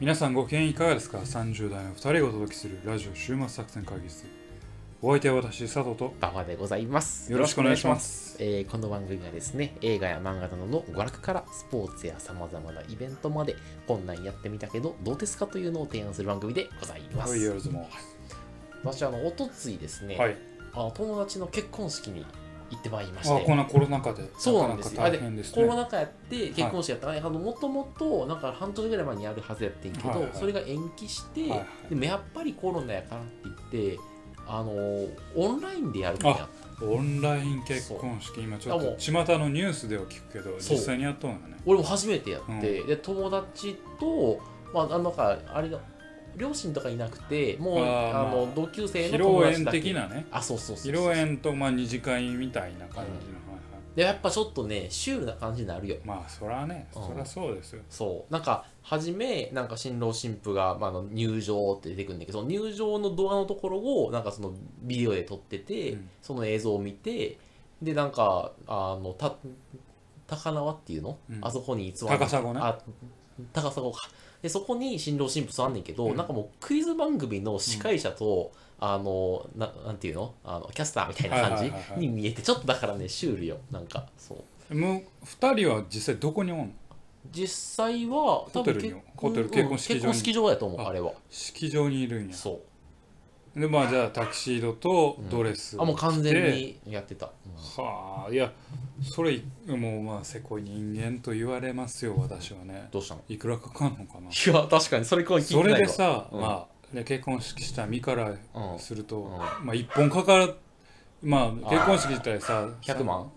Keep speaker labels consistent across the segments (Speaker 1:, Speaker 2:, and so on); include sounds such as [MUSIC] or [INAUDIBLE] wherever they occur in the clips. Speaker 1: 皆さんご機嫌いかがですか ?30 代の2人がお届けするラジオ週末作戦会議室。お相手は私、佐藤と
Speaker 2: 馬場でございます。
Speaker 1: よろしくお願いします
Speaker 2: よろしくお願いします。えーこの番組はですね、映画や漫画などの娯楽からスポーツやさまざまなイベントまで、こんなんやってみたけど、どうですかというのを提案する番組でございま
Speaker 1: は
Speaker 2: す。
Speaker 1: い、よろずも。
Speaker 2: 私、あの、おとついですね、
Speaker 1: はい。
Speaker 2: あの友達の結婚式に行ってまいりまし
Speaker 1: あ、こん
Speaker 2: て。
Speaker 1: なコロナ禍で、
Speaker 2: そうなんですよ。
Speaker 1: か大変です
Speaker 2: コロ
Speaker 1: ね。
Speaker 2: ナ禍やって結婚式やったね、あのもともとなんか半年ぐらい前にやるはずやってんけど、
Speaker 1: はいはい
Speaker 2: それが延期して、
Speaker 1: はいはい
Speaker 2: でもやっぱりコロナやからって言ってあのオンラインでやるってやった
Speaker 1: オンライン結婚式、今ちょっと巷のニュースでは聞くけど、
Speaker 2: そう
Speaker 1: 実際にやっとんだね。
Speaker 2: 俺も初めてやって、で友達と、まあ、あのかあれの両親とかいなくてもう
Speaker 1: あー
Speaker 2: あの
Speaker 1: まあ
Speaker 2: 同級生
Speaker 1: 披
Speaker 2: の
Speaker 1: 露
Speaker 2: 友達
Speaker 1: 宴
Speaker 2: だけ
Speaker 1: 的なね。
Speaker 2: あそうそうそう
Speaker 1: 披露宴と、まあ、二次会みたいな感じの。はいはい
Speaker 2: でやっぱちょっとねシュールな感じになるよ
Speaker 1: まあ、そらね、
Speaker 2: うん
Speaker 1: そらそうですよ。
Speaker 2: そうなんか初めなんか新郎新婦が、まあ、あの入場って出てくるんだけど入場のドアのところをなんかそのビデオで撮ってて、
Speaker 1: うん
Speaker 2: その映像を見てでなんかあのた高輪っていうの、
Speaker 1: うん
Speaker 2: あそこにいつも
Speaker 1: 高砂ね
Speaker 2: あ高砂かでそこに新郎新婦座んねんけど、
Speaker 1: うん
Speaker 2: なんかもうクイズ番組の司会者と、あのななんていうのあのキャスターみたいな感
Speaker 1: はいはいはいは
Speaker 2: じ
Speaker 1: い
Speaker 2: に見えてちょっとだからねシュールよなんかそう
Speaker 1: もう、二人は実際どこにおんの
Speaker 2: 実際は
Speaker 1: ホテルに
Speaker 2: 多分
Speaker 1: ホテル結婚式場に
Speaker 2: うん結婚式場やと思う
Speaker 1: あ
Speaker 2: あれは
Speaker 1: 式場にいるんや。
Speaker 2: そ
Speaker 1: でまあじゃあタキシードと
Speaker 2: うん
Speaker 1: ドレス
Speaker 2: う
Speaker 1: を
Speaker 2: あもう完全
Speaker 1: 着て
Speaker 2: にやってた、うん
Speaker 1: はあいやそれもうまあせこい人間と言われますよ私はね
Speaker 2: どうしたの
Speaker 1: いくらかかんのかない
Speaker 2: や確かにそれ声聞いて
Speaker 1: そ
Speaker 2: ないわ
Speaker 1: れでさ、
Speaker 2: うん
Speaker 1: まあね結婚式した身から
Speaker 2: うん
Speaker 1: すると、
Speaker 2: ん
Speaker 1: まあ一本かかるまあ結婚式自体さ
Speaker 2: 100万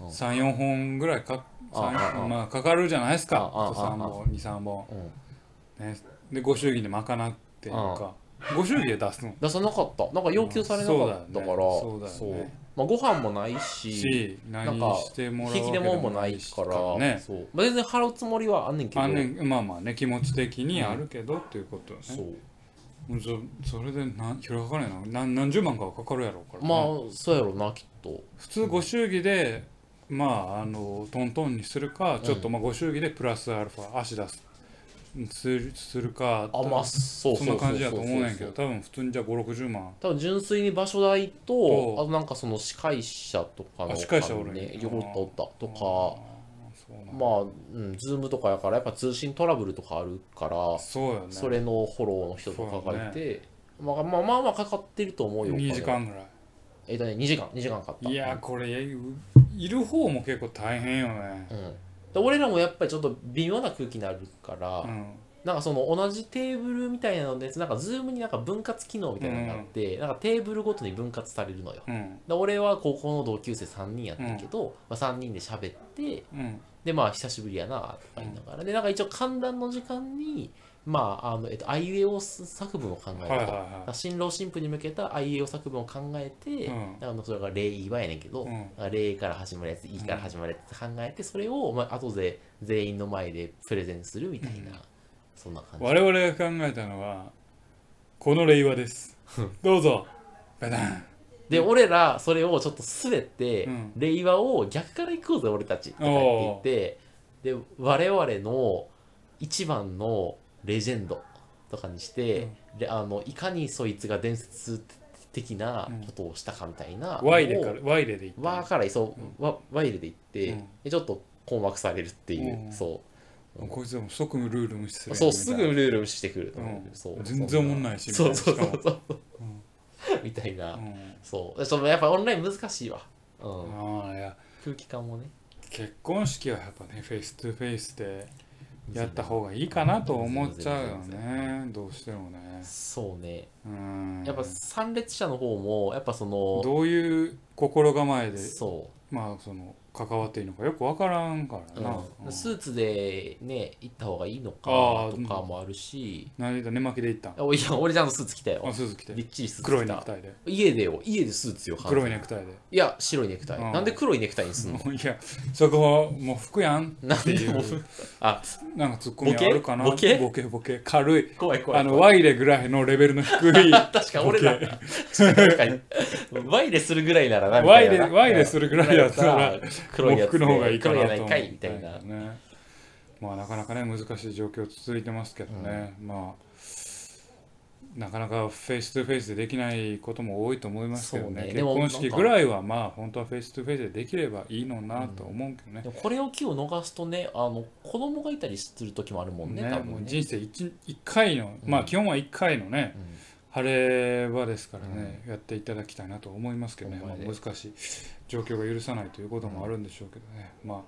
Speaker 2: うん
Speaker 1: 34本ぐらいか
Speaker 2: あ
Speaker 1: 三
Speaker 2: ああ
Speaker 1: まあかかるじゃないです
Speaker 2: あ
Speaker 1: か
Speaker 2: ああ
Speaker 1: あと3本23本
Speaker 2: うん
Speaker 1: ねでご祝儀で賄っていうかご祝儀で出すの
Speaker 2: 出さなかったなんか要求されなかったから、
Speaker 1: そうだよね
Speaker 2: そ
Speaker 1: そう
Speaker 2: う
Speaker 1: だよね
Speaker 2: まあ、ご飯もないし
Speaker 1: し何してもらうわ
Speaker 2: 引
Speaker 1: け
Speaker 2: き出
Speaker 1: で
Speaker 2: 物も
Speaker 1: も
Speaker 2: な
Speaker 1: ないいし
Speaker 2: から
Speaker 1: ね
Speaker 2: そうまあ、全然払うつもりはあんねんけど
Speaker 1: あね、まあまあね気持ち的にあるけどっていうことね、
Speaker 2: そう
Speaker 1: もうそそれでなん広がらないな何何十万かはかかるやろうからね、
Speaker 2: まあそうやろなきっと
Speaker 1: 普通ご祝儀でまああのトントンにするかちょっとまあご祝儀でプラスアルファ足出すするするか
Speaker 2: あまあそう
Speaker 1: そ
Speaker 2: そ
Speaker 1: ん
Speaker 2: う
Speaker 1: な
Speaker 2: そう
Speaker 1: 感じやと思うねんけ
Speaker 2: そう
Speaker 1: ど多分普通にじゃあ560万
Speaker 2: 多分純粋に場所代
Speaker 1: そ
Speaker 2: と
Speaker 1: う
Speaker 2: あとなんかその司会者とかの
Speaker 1: あ司会者おるんや
Speaker 2: ねよこったおったと
Speaker 1: あー
Speaker 2: か
Speaker 1: そうなんだ
Speaker 2: まあうんズームとかやからやっぱ通信トラブルとかあるから
Speaker 1: そうよね
Speaker 2: それのフォローの人とかがいてまあまあまあまあかかってると思うよ
Speaker 1: 2時
Speaker 2: お金は
Speaker 1: 間ぐらい
Speaker 2: えっとね2時間2時間かかった
Speaker 1: いやーこれいういる方も結構大変よね
Speaker 2: うんで俺らもやっぱりちょっと微妙な空気になるから、
Speaker 1: うん
Speaker 2: なんかその同じテーブルみたいなのでなんかズームになんか分割機能みたいなのがあって、なんかテーブルごとに分割されるのよ
Speaker 1: うん
Speaker 2: で俺は高校の同級生3人やったけど、まあ、3人で喋って
Speaker 1: うん
Speaker 2: でまあ久しぶりやなとか言いながらでなんか一応観覧の時間にまああの、えっと、あいうえお作文を考えた
Speaker 1: は
Speaker 2: と、
Speaker 1: いはいは
Speaker 2: 新郎新婦に向けたあいうえお作文を考えて、
Speaker 1: うん
Speaker 2: あのそれが礼儀はやねんけど、
Speaker 1: うん
Speaker 2: なんか礼から始まるやついいから始まるやつ考えてそれを、まあ後で全員の前でプレゼンするみたいな、そんな感
Speaker 1: い
Speaker 2: じ
Speaker 1: 我々が考えたのはこの令和ですどうぞベタン
Speaker 2: で、俺らそれをちょっと滑って、
Speaker 1: うん
Speaker 2: 令和を逆から行こうぜ俺たちとか言って言ってで我々の一番のレジェンドとかにして、であのいかにそいつが伝説的なことをしたかみたいな、
Speaker 1: ワイレからワイレでいった
Speaker 2: わーからいそう、わワイルで行って、
Speaker 1: うん
Speaker 2: でちょっと困惑されるっていう、
Speaker 1: うん
Speaker 2: そ
Speaker 1: こいつはもう即ルール無視す
Speaker 2: う
Speaker 1: る
Speaker 2: そうすぐ
Speaker 1: み
Speaker 2: ルール無視してくる、
Speaker 1: うん
Speaker 2: そう
Speaker 1: 全然おもんないし
Speaker 2: そう
Speaker 1: みた
Speaker 2: そ
Speaker 1: いうな
Speaker 2: そうそう、
Speaker 1: うん
Speaker 2: [LAUGHS] みたいな、
Speaker 1: たいなうん
Speaker 2: そうそのやっぱオンライン難しいわ、うん、
Speaker 1: ああいや
Speaker 2: 空気感もね
Speaker 1: 結婚式はやっぱねフェイス2フェイスでやった方がいいかなと思っちゃうよねどうしてもね
Speaker 2: そうね
Speaker 1: うん
Speaker 2: やっぱ参列者の方もやっぱその
Speaker 1: どういう心構えで
Speaker 2: そ
Speaker 1: まあその関わっていいのかよくわからんから
Speaker 2: う、
Speaker 1: な、
Speaker 2: うん、スーツでね行った方がいいのか
Speaker 1: あ
Speaker 2: と
Speaker 1: ー
Speaker 2: かもあるし、
Speaker 1: 何だ寝巻きで行ったん
Speaker 2: おいや俺ちゃんとスーツ着たよ
Speaker 1: あ鈴木来て
Speaker 2: びっちりスーツ着た
Speaker 1: 黒いネクタイで
Speaker 2: 家でよ家でスーツよ完全に
Speaker 1: 黒いネクタイで
Speaker 2: いや、白いネクタイ。
Speaker 1: うん
Speaker 2: なんで黒いネクタイにすんの
Speaker 1: もういやそこはもう服やん
Speaker 2: なん
Speaker 1: って
Speaker 2: で
Speaker 1: い
Speaker 2: も
Speaker 1: う
Speaker 2: う [LAUGHS] あ、
Speaker 1: なんかツッコミあ
Speaker 2: ボケ
Speaker 1: るかな
Speaker 2: ボケ
Speaker 1: ボケボケ軽い
Speaker 2: 怖い怖い。
Speaker 1: あのワイレぐらいのレベルの
Speaker 2: [LAUGHS]
Speaker 1: 低い
Speaker 2: 確かに俺ら、確かに。ワイレするぐらいならなみ
Speaker 1: ワ
Speaker 2: たい
Speaker 1: イ
Speaker 2: な
Speaker 1: レワイレするぐらいだったら
Speaker 2: 黒いやつ
Speaker 1: もう服
Speaker 2: で
Speaker 1: の方がいいかな
Speaker 2: 黒
Speaker 1: と
Speaker 2: いや
Speaker 1: 思う
Speaker 2: ないかいみたいな。
Speaker 1: ねまあなかなかね難しい状況続いてますけどね、まあなかなかフェイス2フェイスでできないことも多いと思いますけどね
Speaker 3: そうね
Speaker 1: 結
Speaker 3: でも
Speaker 1: 婚式ぐらいはまあ本当はフェイス2フェイスでできればいいのなと思うけどね,、
Speaker 3: でもこれを機を逃すとねあの子供がいたりする時もあるもんね
Speaker 1: ね
Speaker 3: 多
Speaker 1: も
Speaker 3: 分
Speaker 1: う
Speaker 3: ね
Speaker 1: 人生 1, 回の、まあ基本は1回のね
Speaker 3: うん
Speaker 1: 晴れ場ですからね、やっていただきたいなと思いますけどね、
Speaker 3: ほん
Speaker 1: ま
Speaker 3: ま
Speaker 1: あ、
Speaker 3: に
Speaker 1: 難しい状況が許さないということもあるんでしょうけどね、まあ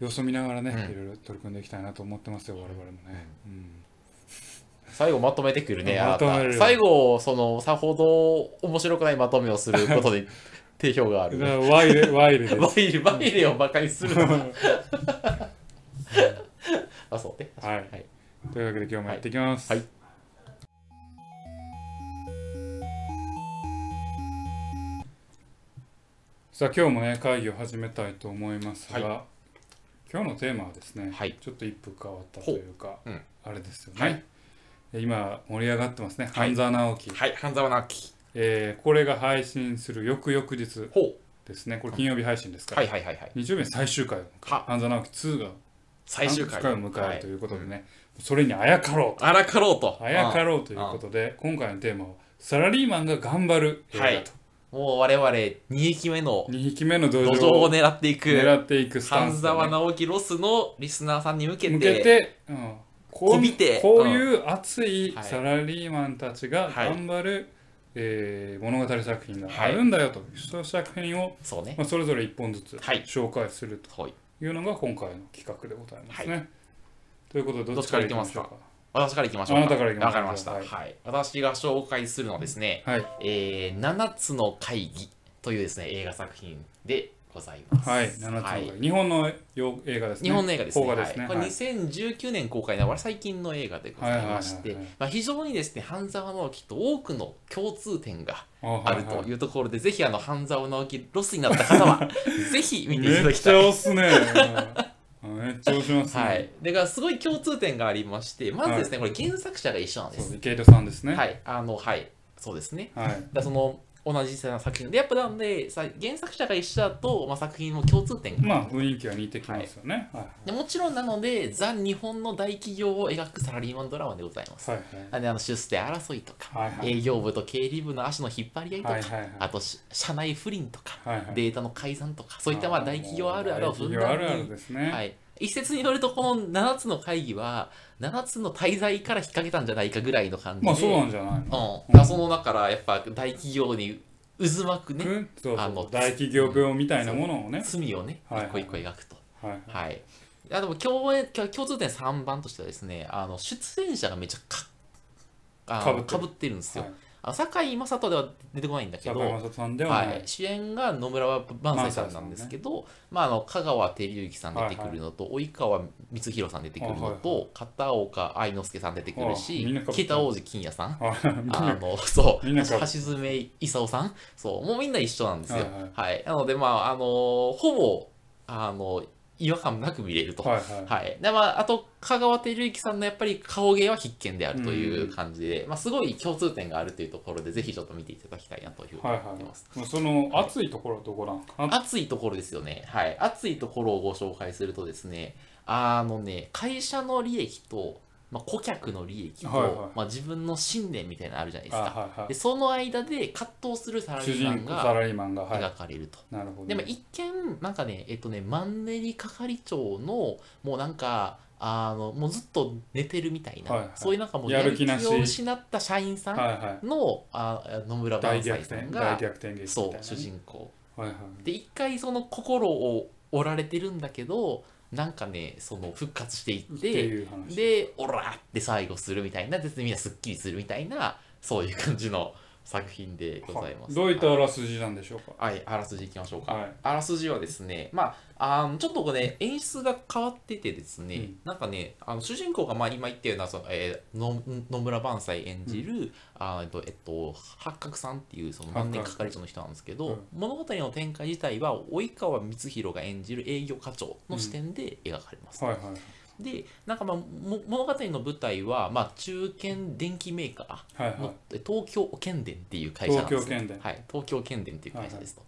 Speaker 1: 様子を見ながらね、
Speaker 3: うん
Speaker 1: いろいろ取り組んでいきたいなと思ってますよ我々もね、うん
Speaker 3: 最後まとめてくるね、
Speaker 1: ま
Speaker 3: あな
Speaker 1: とめる
Speaker 3: た。最後、その、さほど面白くないまとめをすることで定評がある
Speaker 1: だか
Speaker 3: ね。
Speaker 1: らワ
Speaker 3: [LAUGHS]
Speaker 1: イルワイルで
Speaker 3: バイレ、バイレを馬鹿にするな。あ、そうね。
Speaker 1: はい、
Speaker 3: はい
Speaker 1: というわけで今日もやっていきます、
Speaker 3: はいはい
Speaker 1: さあ今日もね会議を始めたいと思いますが、
Speaker 3: は
Speaker 1: 今日のテーマはですね、
Speaker 3: はい
Speaker 1: ちょっと一風変わったというか、
Speaker 2: ほううん
Speaker 1: あれですよね、
Speaker 2: はい
Speaker 1: 今盛り上がってますね
Speaker 2: はい
Speaker 1: 半沢直樹、
Speaker 2: はい、半沢直樹。
Speaker 1: えーこれが配信する翌々日
Speaker 2: ほ
Speaker 1: ですねこれ金曜日配信ですから、
Speaker 2: はいはいはいはい。
Speaker 1: 日曜日に最終回を迎え
Speaker 2: は
Speaker 1: 半沢直樹2が
Speaker 2: 最終回。
Speaker 1: を迎えると
Speaker 2: はい
Speaker 1: いうことでね、それにあやかろ
Speaker 2: あらかろうと。
Speaker 1: うあやか
Speaker 2: う
Speaker 1: ろうということで今回のテーマはサラリーマンが頑張る映画
Speaker 2: はい
Speaker 1: と、
Speaker 3: もう我々、
Speaker 2: ん。2匹目の
Speaker 1: 2匹目の土
Speaker 2: 土
Speaker 1: 壌
Speaker 2: 壌を
Speaker 1: を
Speaker 2: 狙っていく、
Speaker 1: 狙っていくスタン
Speaker 2: 半
Speaker 1: スでね、
Speaker 2: 沢直樹ロスのリスナーさんに向けて、
Speaker 1: 向けて、うん、こう
Speaker 2: 媚びて
Speaker 1: こういう熱い
Speaker 2: はい
Speaker 1: サラリーマンたちが頑張る、えー物語作品があるんだよと、その作品を、
Speaker 3: そうね。
Speaker 1: まあ、それぞれ1本ずつ
Speaker 2: はい
Speaker 1: 紹介すると
Speaker 3: はい。
Speaker 1: いうのが今回の企画でございますね。ということでどっちからいきましょうか。
Speaker 2: 私からいきましょう
Speaker 1: あなたから行きましょう
Speaker 2: わかりました。
Speaker 1: はい
Speaker 2: はい。私が紹介するのはですね、
Speaker 1: はい、
Speaker 2: えー、7つの会議というですね、映画作品でございます。
Speaker 1: はい、7つの
Speaker 2: は
Speaker 1: 回、
Speaker 2: い
Speaker 1: 日本のよ映画ですね。
Speaker 2: 日本の映画ですね。
Speaker 1: 邦画ですね。
Speaker 2: はい、これ2019年公開の最近の映画でございまし
Speaker 1: はい
Speaker 2: て
Speaker 1: はいはいはい、
Speaker 2: まあ非常にですね、半沢直樹と多くの共通点があ
Speaker 1: あ
Speaker 2: ると
Speaker 1: う。
Speaker 2: いうところで、ぜひあの半沢直樹ロスになった
Speaker 1: [LAUGHS]
Speaker 2: 方は、ぜひ見ていた
Speaker 1: め
Speaker 2: だ
Speaker 1: っ
Speaker 2: き
Speaker 1: ち
Speaker 2: た
Speaker 1: ゃ
Speaker 2: い。
Speaker 1: 押すね。うんめっちゃ押しますね。
Speaker 2: はい、でがすごい共通点がありまして、まずですね、これ原作者が一緒なんで
Speaker 1: そ
Speaker 2: す。
Speaker 1: う、池井戸さんですね。
Speaker 2: は。い、あの、はい、そうですね。
Speaker 1: はい。
Speaker 2: だからその同じ作品で、やっぱなんで、さ原作者が一緒だと、まあ、作品も共通点が
Speaker 1: まあ、雰囲気は似てきますよね。はい。
Speaker 2: でもちろんなので、ザ・日本の大企業を描くサラリーマンドラマでございます。
Speaker 1: はい。
Speaker 2: あのあの出世争いとか、
Speaker 1: はい。はい。
Speaker 2: 営業部と経理部の足の引っ張り合いとか、
Speaker 1: はいはいはい
Speaker 2: あとし社内不倫とか、
Speaker 1: はいはい
Speaker 2: データの改ざんとか、そういったまあ大企業あるあるを
Speaker 1: 大
Speaker 2: ふん
Speaker 1: 企
Speaker 2: だん
Speaker 1: 業
Speaker 2: に
Speaker 1: あるあるですね。
Speaker 2: はい、一説によると、この7つの会議は、7つの滞在から引っ掛けたんじゃないかぐらいの感じで、
Speaker 1: まあ、そうなんじゃないの。
Speaker 2: うん、だからその中からやっぱ大企業に渦巻くね、
Speaker 1: うんそう
Speaker 2: あ
Speaker 1: そ
Speaker 2: の
Speaker 1: う。大企業病みたいなものをね。
Speaker 2: 罪をね、
Speaker 1: はい
Speaker 2: 一個一個描くと。
Speaker 1: はい。
Speaker 2: はい。あでも共演共共通点3番としてはですね、あの出演者がめっちゃかあの
Speaker 1: 被って
Speaker 2: 被
Speaker 1: る
Speaker 2: ってるんですよ。
Speaker 1: はい
Speaker 2: あ堺雅人では出てこないんだけ
Speaker 1: 坂
Speaker 2: ど、
Speaker 1: 井雅人さんでは
Speaker 2: は
Speaker 1: ない
Speaker 2: い、。主演が野村萬斎さんなんですけど、まあ、あの香川照之さん出てくるのと、及川光弘さん出てくるのと、
Speaker 1: は
Speaker 2: 片岡愛之助さん出てく
Speaker 1: あ
Speaker 2: る
Speaker 1: みんな
Speaker 2: し
Speaker 1: 被ってる
Speaker 2: 北大路欣也さん
Speaker 1: あ
Speaker 2: あ
Speaker 1: [LAUGHS]
Speaker 2: の、そう、
Speaker 1: みんなか
Speaker 2: 橋爪功さん、そう、もうみんな一緒なんですよ。
Speaker 1: は
Speaker 2: はいい、なので、まあ、あのほぼ、あの違和感なく見れると。
Speaker 1: はい
Speaker 2: は
Speaker 1: はい
Speaker 2: い。で、まあ、あと、香川照之さんのやっぱり顔芸は必見であるとい
Speaker 1: うん
Speaker 2: う感じで、まあ、すごい共通点があるというところで、ぜひちょっと見ていただきたいなというふうに
Speaker 1: はい
Speaker 2: 思
Speaker 1: は
Speaker 2: ってます。
Speaker 1: い。もうその熱いところはどこなんかな。
Speaker 2: 熱いところですよね。はい。熱いところをご紹介するとですね、あのね、会社の利益と、まあ、顧客の利益と、
Speaker 1: はいはい
Speaker 2: まあ、自分の信念みたいなのあるじゃないで
Speaker 1: あ、
Speaker 2: すか。
Speaker 1: はいは
Speaker 2: でその間で葛藤するサラ
Speaker 1: い。
Speaker 2: リ
Speaker 1: 主
Speaker 2: ーマ
Speaker 1: 人
Speaker 2: ン
Speaker 1: 公サ
Speaker 2: が
Speaker 1: ラリーマンが。はい。
Speaker 2: 描かれると。
Speaker 1: なるほど。
Speaker 2: でも一見なんかねえっとねマンネリ係長のもうなんかあのもうずっと寝てるみたいな、
Speaker 1: はいはい
Speaker 2: そういうなんかもう
Speaker 1: や
Speaker 2: や
Speaker 1: る
Speaker 2: る
Speaker 1: 気
Speaker 2: 気
Speaker 1: なし
Speaker 2: を失った社員さ
Speaker 1: はい
Speaker 2: ん
Speaker 1: はい。
Speaker 2: の、あ野村
Speaker 1: 大
Speaker 2: 萬
Speaker 1: 逆
Speaker 2: 斎さ
Speaker 1: 転
Speaker 2: ん
Speaker 1: 大
Speaker 2: が
Speaker 1: 逆転劇みたいなね
Speaker 2: そう主人公
Speaker 1: はいはい
Speaker 2: で一回その心を折られてるんだけどなんかねその復活していっ
Speaker 1: って
Speaker 2: て
Speaker 1: いう話
Speaker 2: で、オラって最後するみたいな、別にみんなすっきりするみたいな、そういう感じの作品でございます。
Speaker 1: どういったあらすじなんでしょうか
Speaker 2: はい、あらすじいきましょうか。
Speaker 1: はい
Speaker 2: あらすじはですね、まあ、あのちょっとこれ、ね、演出が変わっててですね、
Speaker 1: うん
Speaker 2: なんかね、あの主人公がまあ今言ったようなその、えーの野村萬斎演じる、あーえっとえっと、八角さんっていうその万年
Speaker 1: 八角
Speaker 2: 係長の人なんですけど、
Speaker 1: うん
Speaker 2: 物語の展開自体は及川光弘が演じる営業課長の視点で描かれます。
Speaker 1: はいはい
Speaker 2: でなんかまあも物語の舞台は、まあ、中堅電機メーカ
Speaker 1: はいは
Speaker 2: ーのえ東京建電っていう会社なんです、
Speaker 1: 東京建電
Speaker 2: はい、東京建電っていう会社ですと、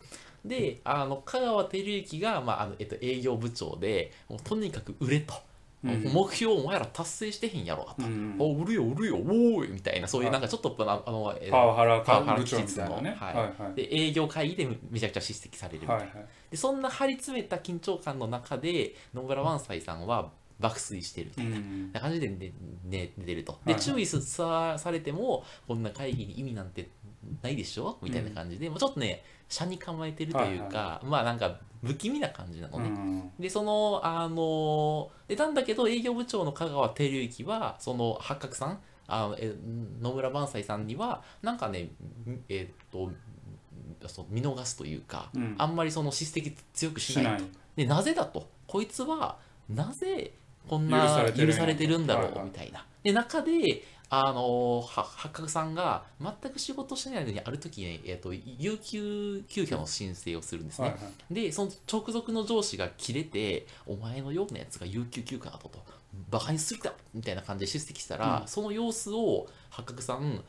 Speaker 2: であの香川照之が、まああのえっと、営業部長でもうとにかく売れと
Speaker 1: うん
Speaker 2: 目標お前ら達成してへんやろ
Speaker 1: う
Speaker 2: と、
Speaker 1: ん
Speaker 2: あ売るよ売るよおーいみたいなそういうなんかちょっとあの、えー
Speaker 1: パワハラ
Speaker 2: パワハ
Speaker 1: か
Speaker 2: ラ
Speaker 1: 部長みたいなね。
Speaker 2: はい
Speaker 1: はい
Speaker 2: で営業会議でめちゃくちゃ叱責されるみた
Speaker 1: はいい。
Speaker 2: な
Speaker 1: はいはい。
Speaker 2: でそんな張り詰めた緊張感の中で野村萬斎さんは爆睡してるみた
Speaker 1: う
Speaker 2: いな。
Speaker 1: ん
Speaker 2: な感じで寝寝寝てると。
Speaker 1: はい
Speaker 2: で、
Speaker 1: はい
Speaker 2: 注意すさされても、こんな会議に意味なんてないでしょみたいな感じで、もうちょっとね、車に構えてるというか、まあなんか不気味な感じなの
Speaker 1: う
Speaker 2: ね。
Speaker 1: ん
Speaker 2: で、その、あので、なんだけど、営業部長の香川照之は、その、八角さん、あのえ野村萬斎さんには、なんかね、えっと、そう見逃すというか、
Speaker 1: うん
Speaker 2: あんまりその叱責強くし
Speaker 1: し
Speaker 2: ない
Speaker 1: ない。
Speaker 2: でなぜだとこいつはなぜこん
Speaker 1: 許さ
Speaker 2: な
Speaker 1: れてるんや
Speaker 2: 許されてるんだろ
Speaker 1: はいは
Speaker 2: う
Speaker 1: い
Speaker 2: みたいな。で中であのは八角さんが全く仕事してないのにある時に、えっと有給休暇の申請をするんですね。
Speaker 1: はいはい
Speaker 2: でその直属の上司が切れて「お前のようなやつが有給休暇だと」と「バカにしすぎだ」みたいな感じで出席したら、
Speaker 1: うん
Speaker 2: その様子を八角さん、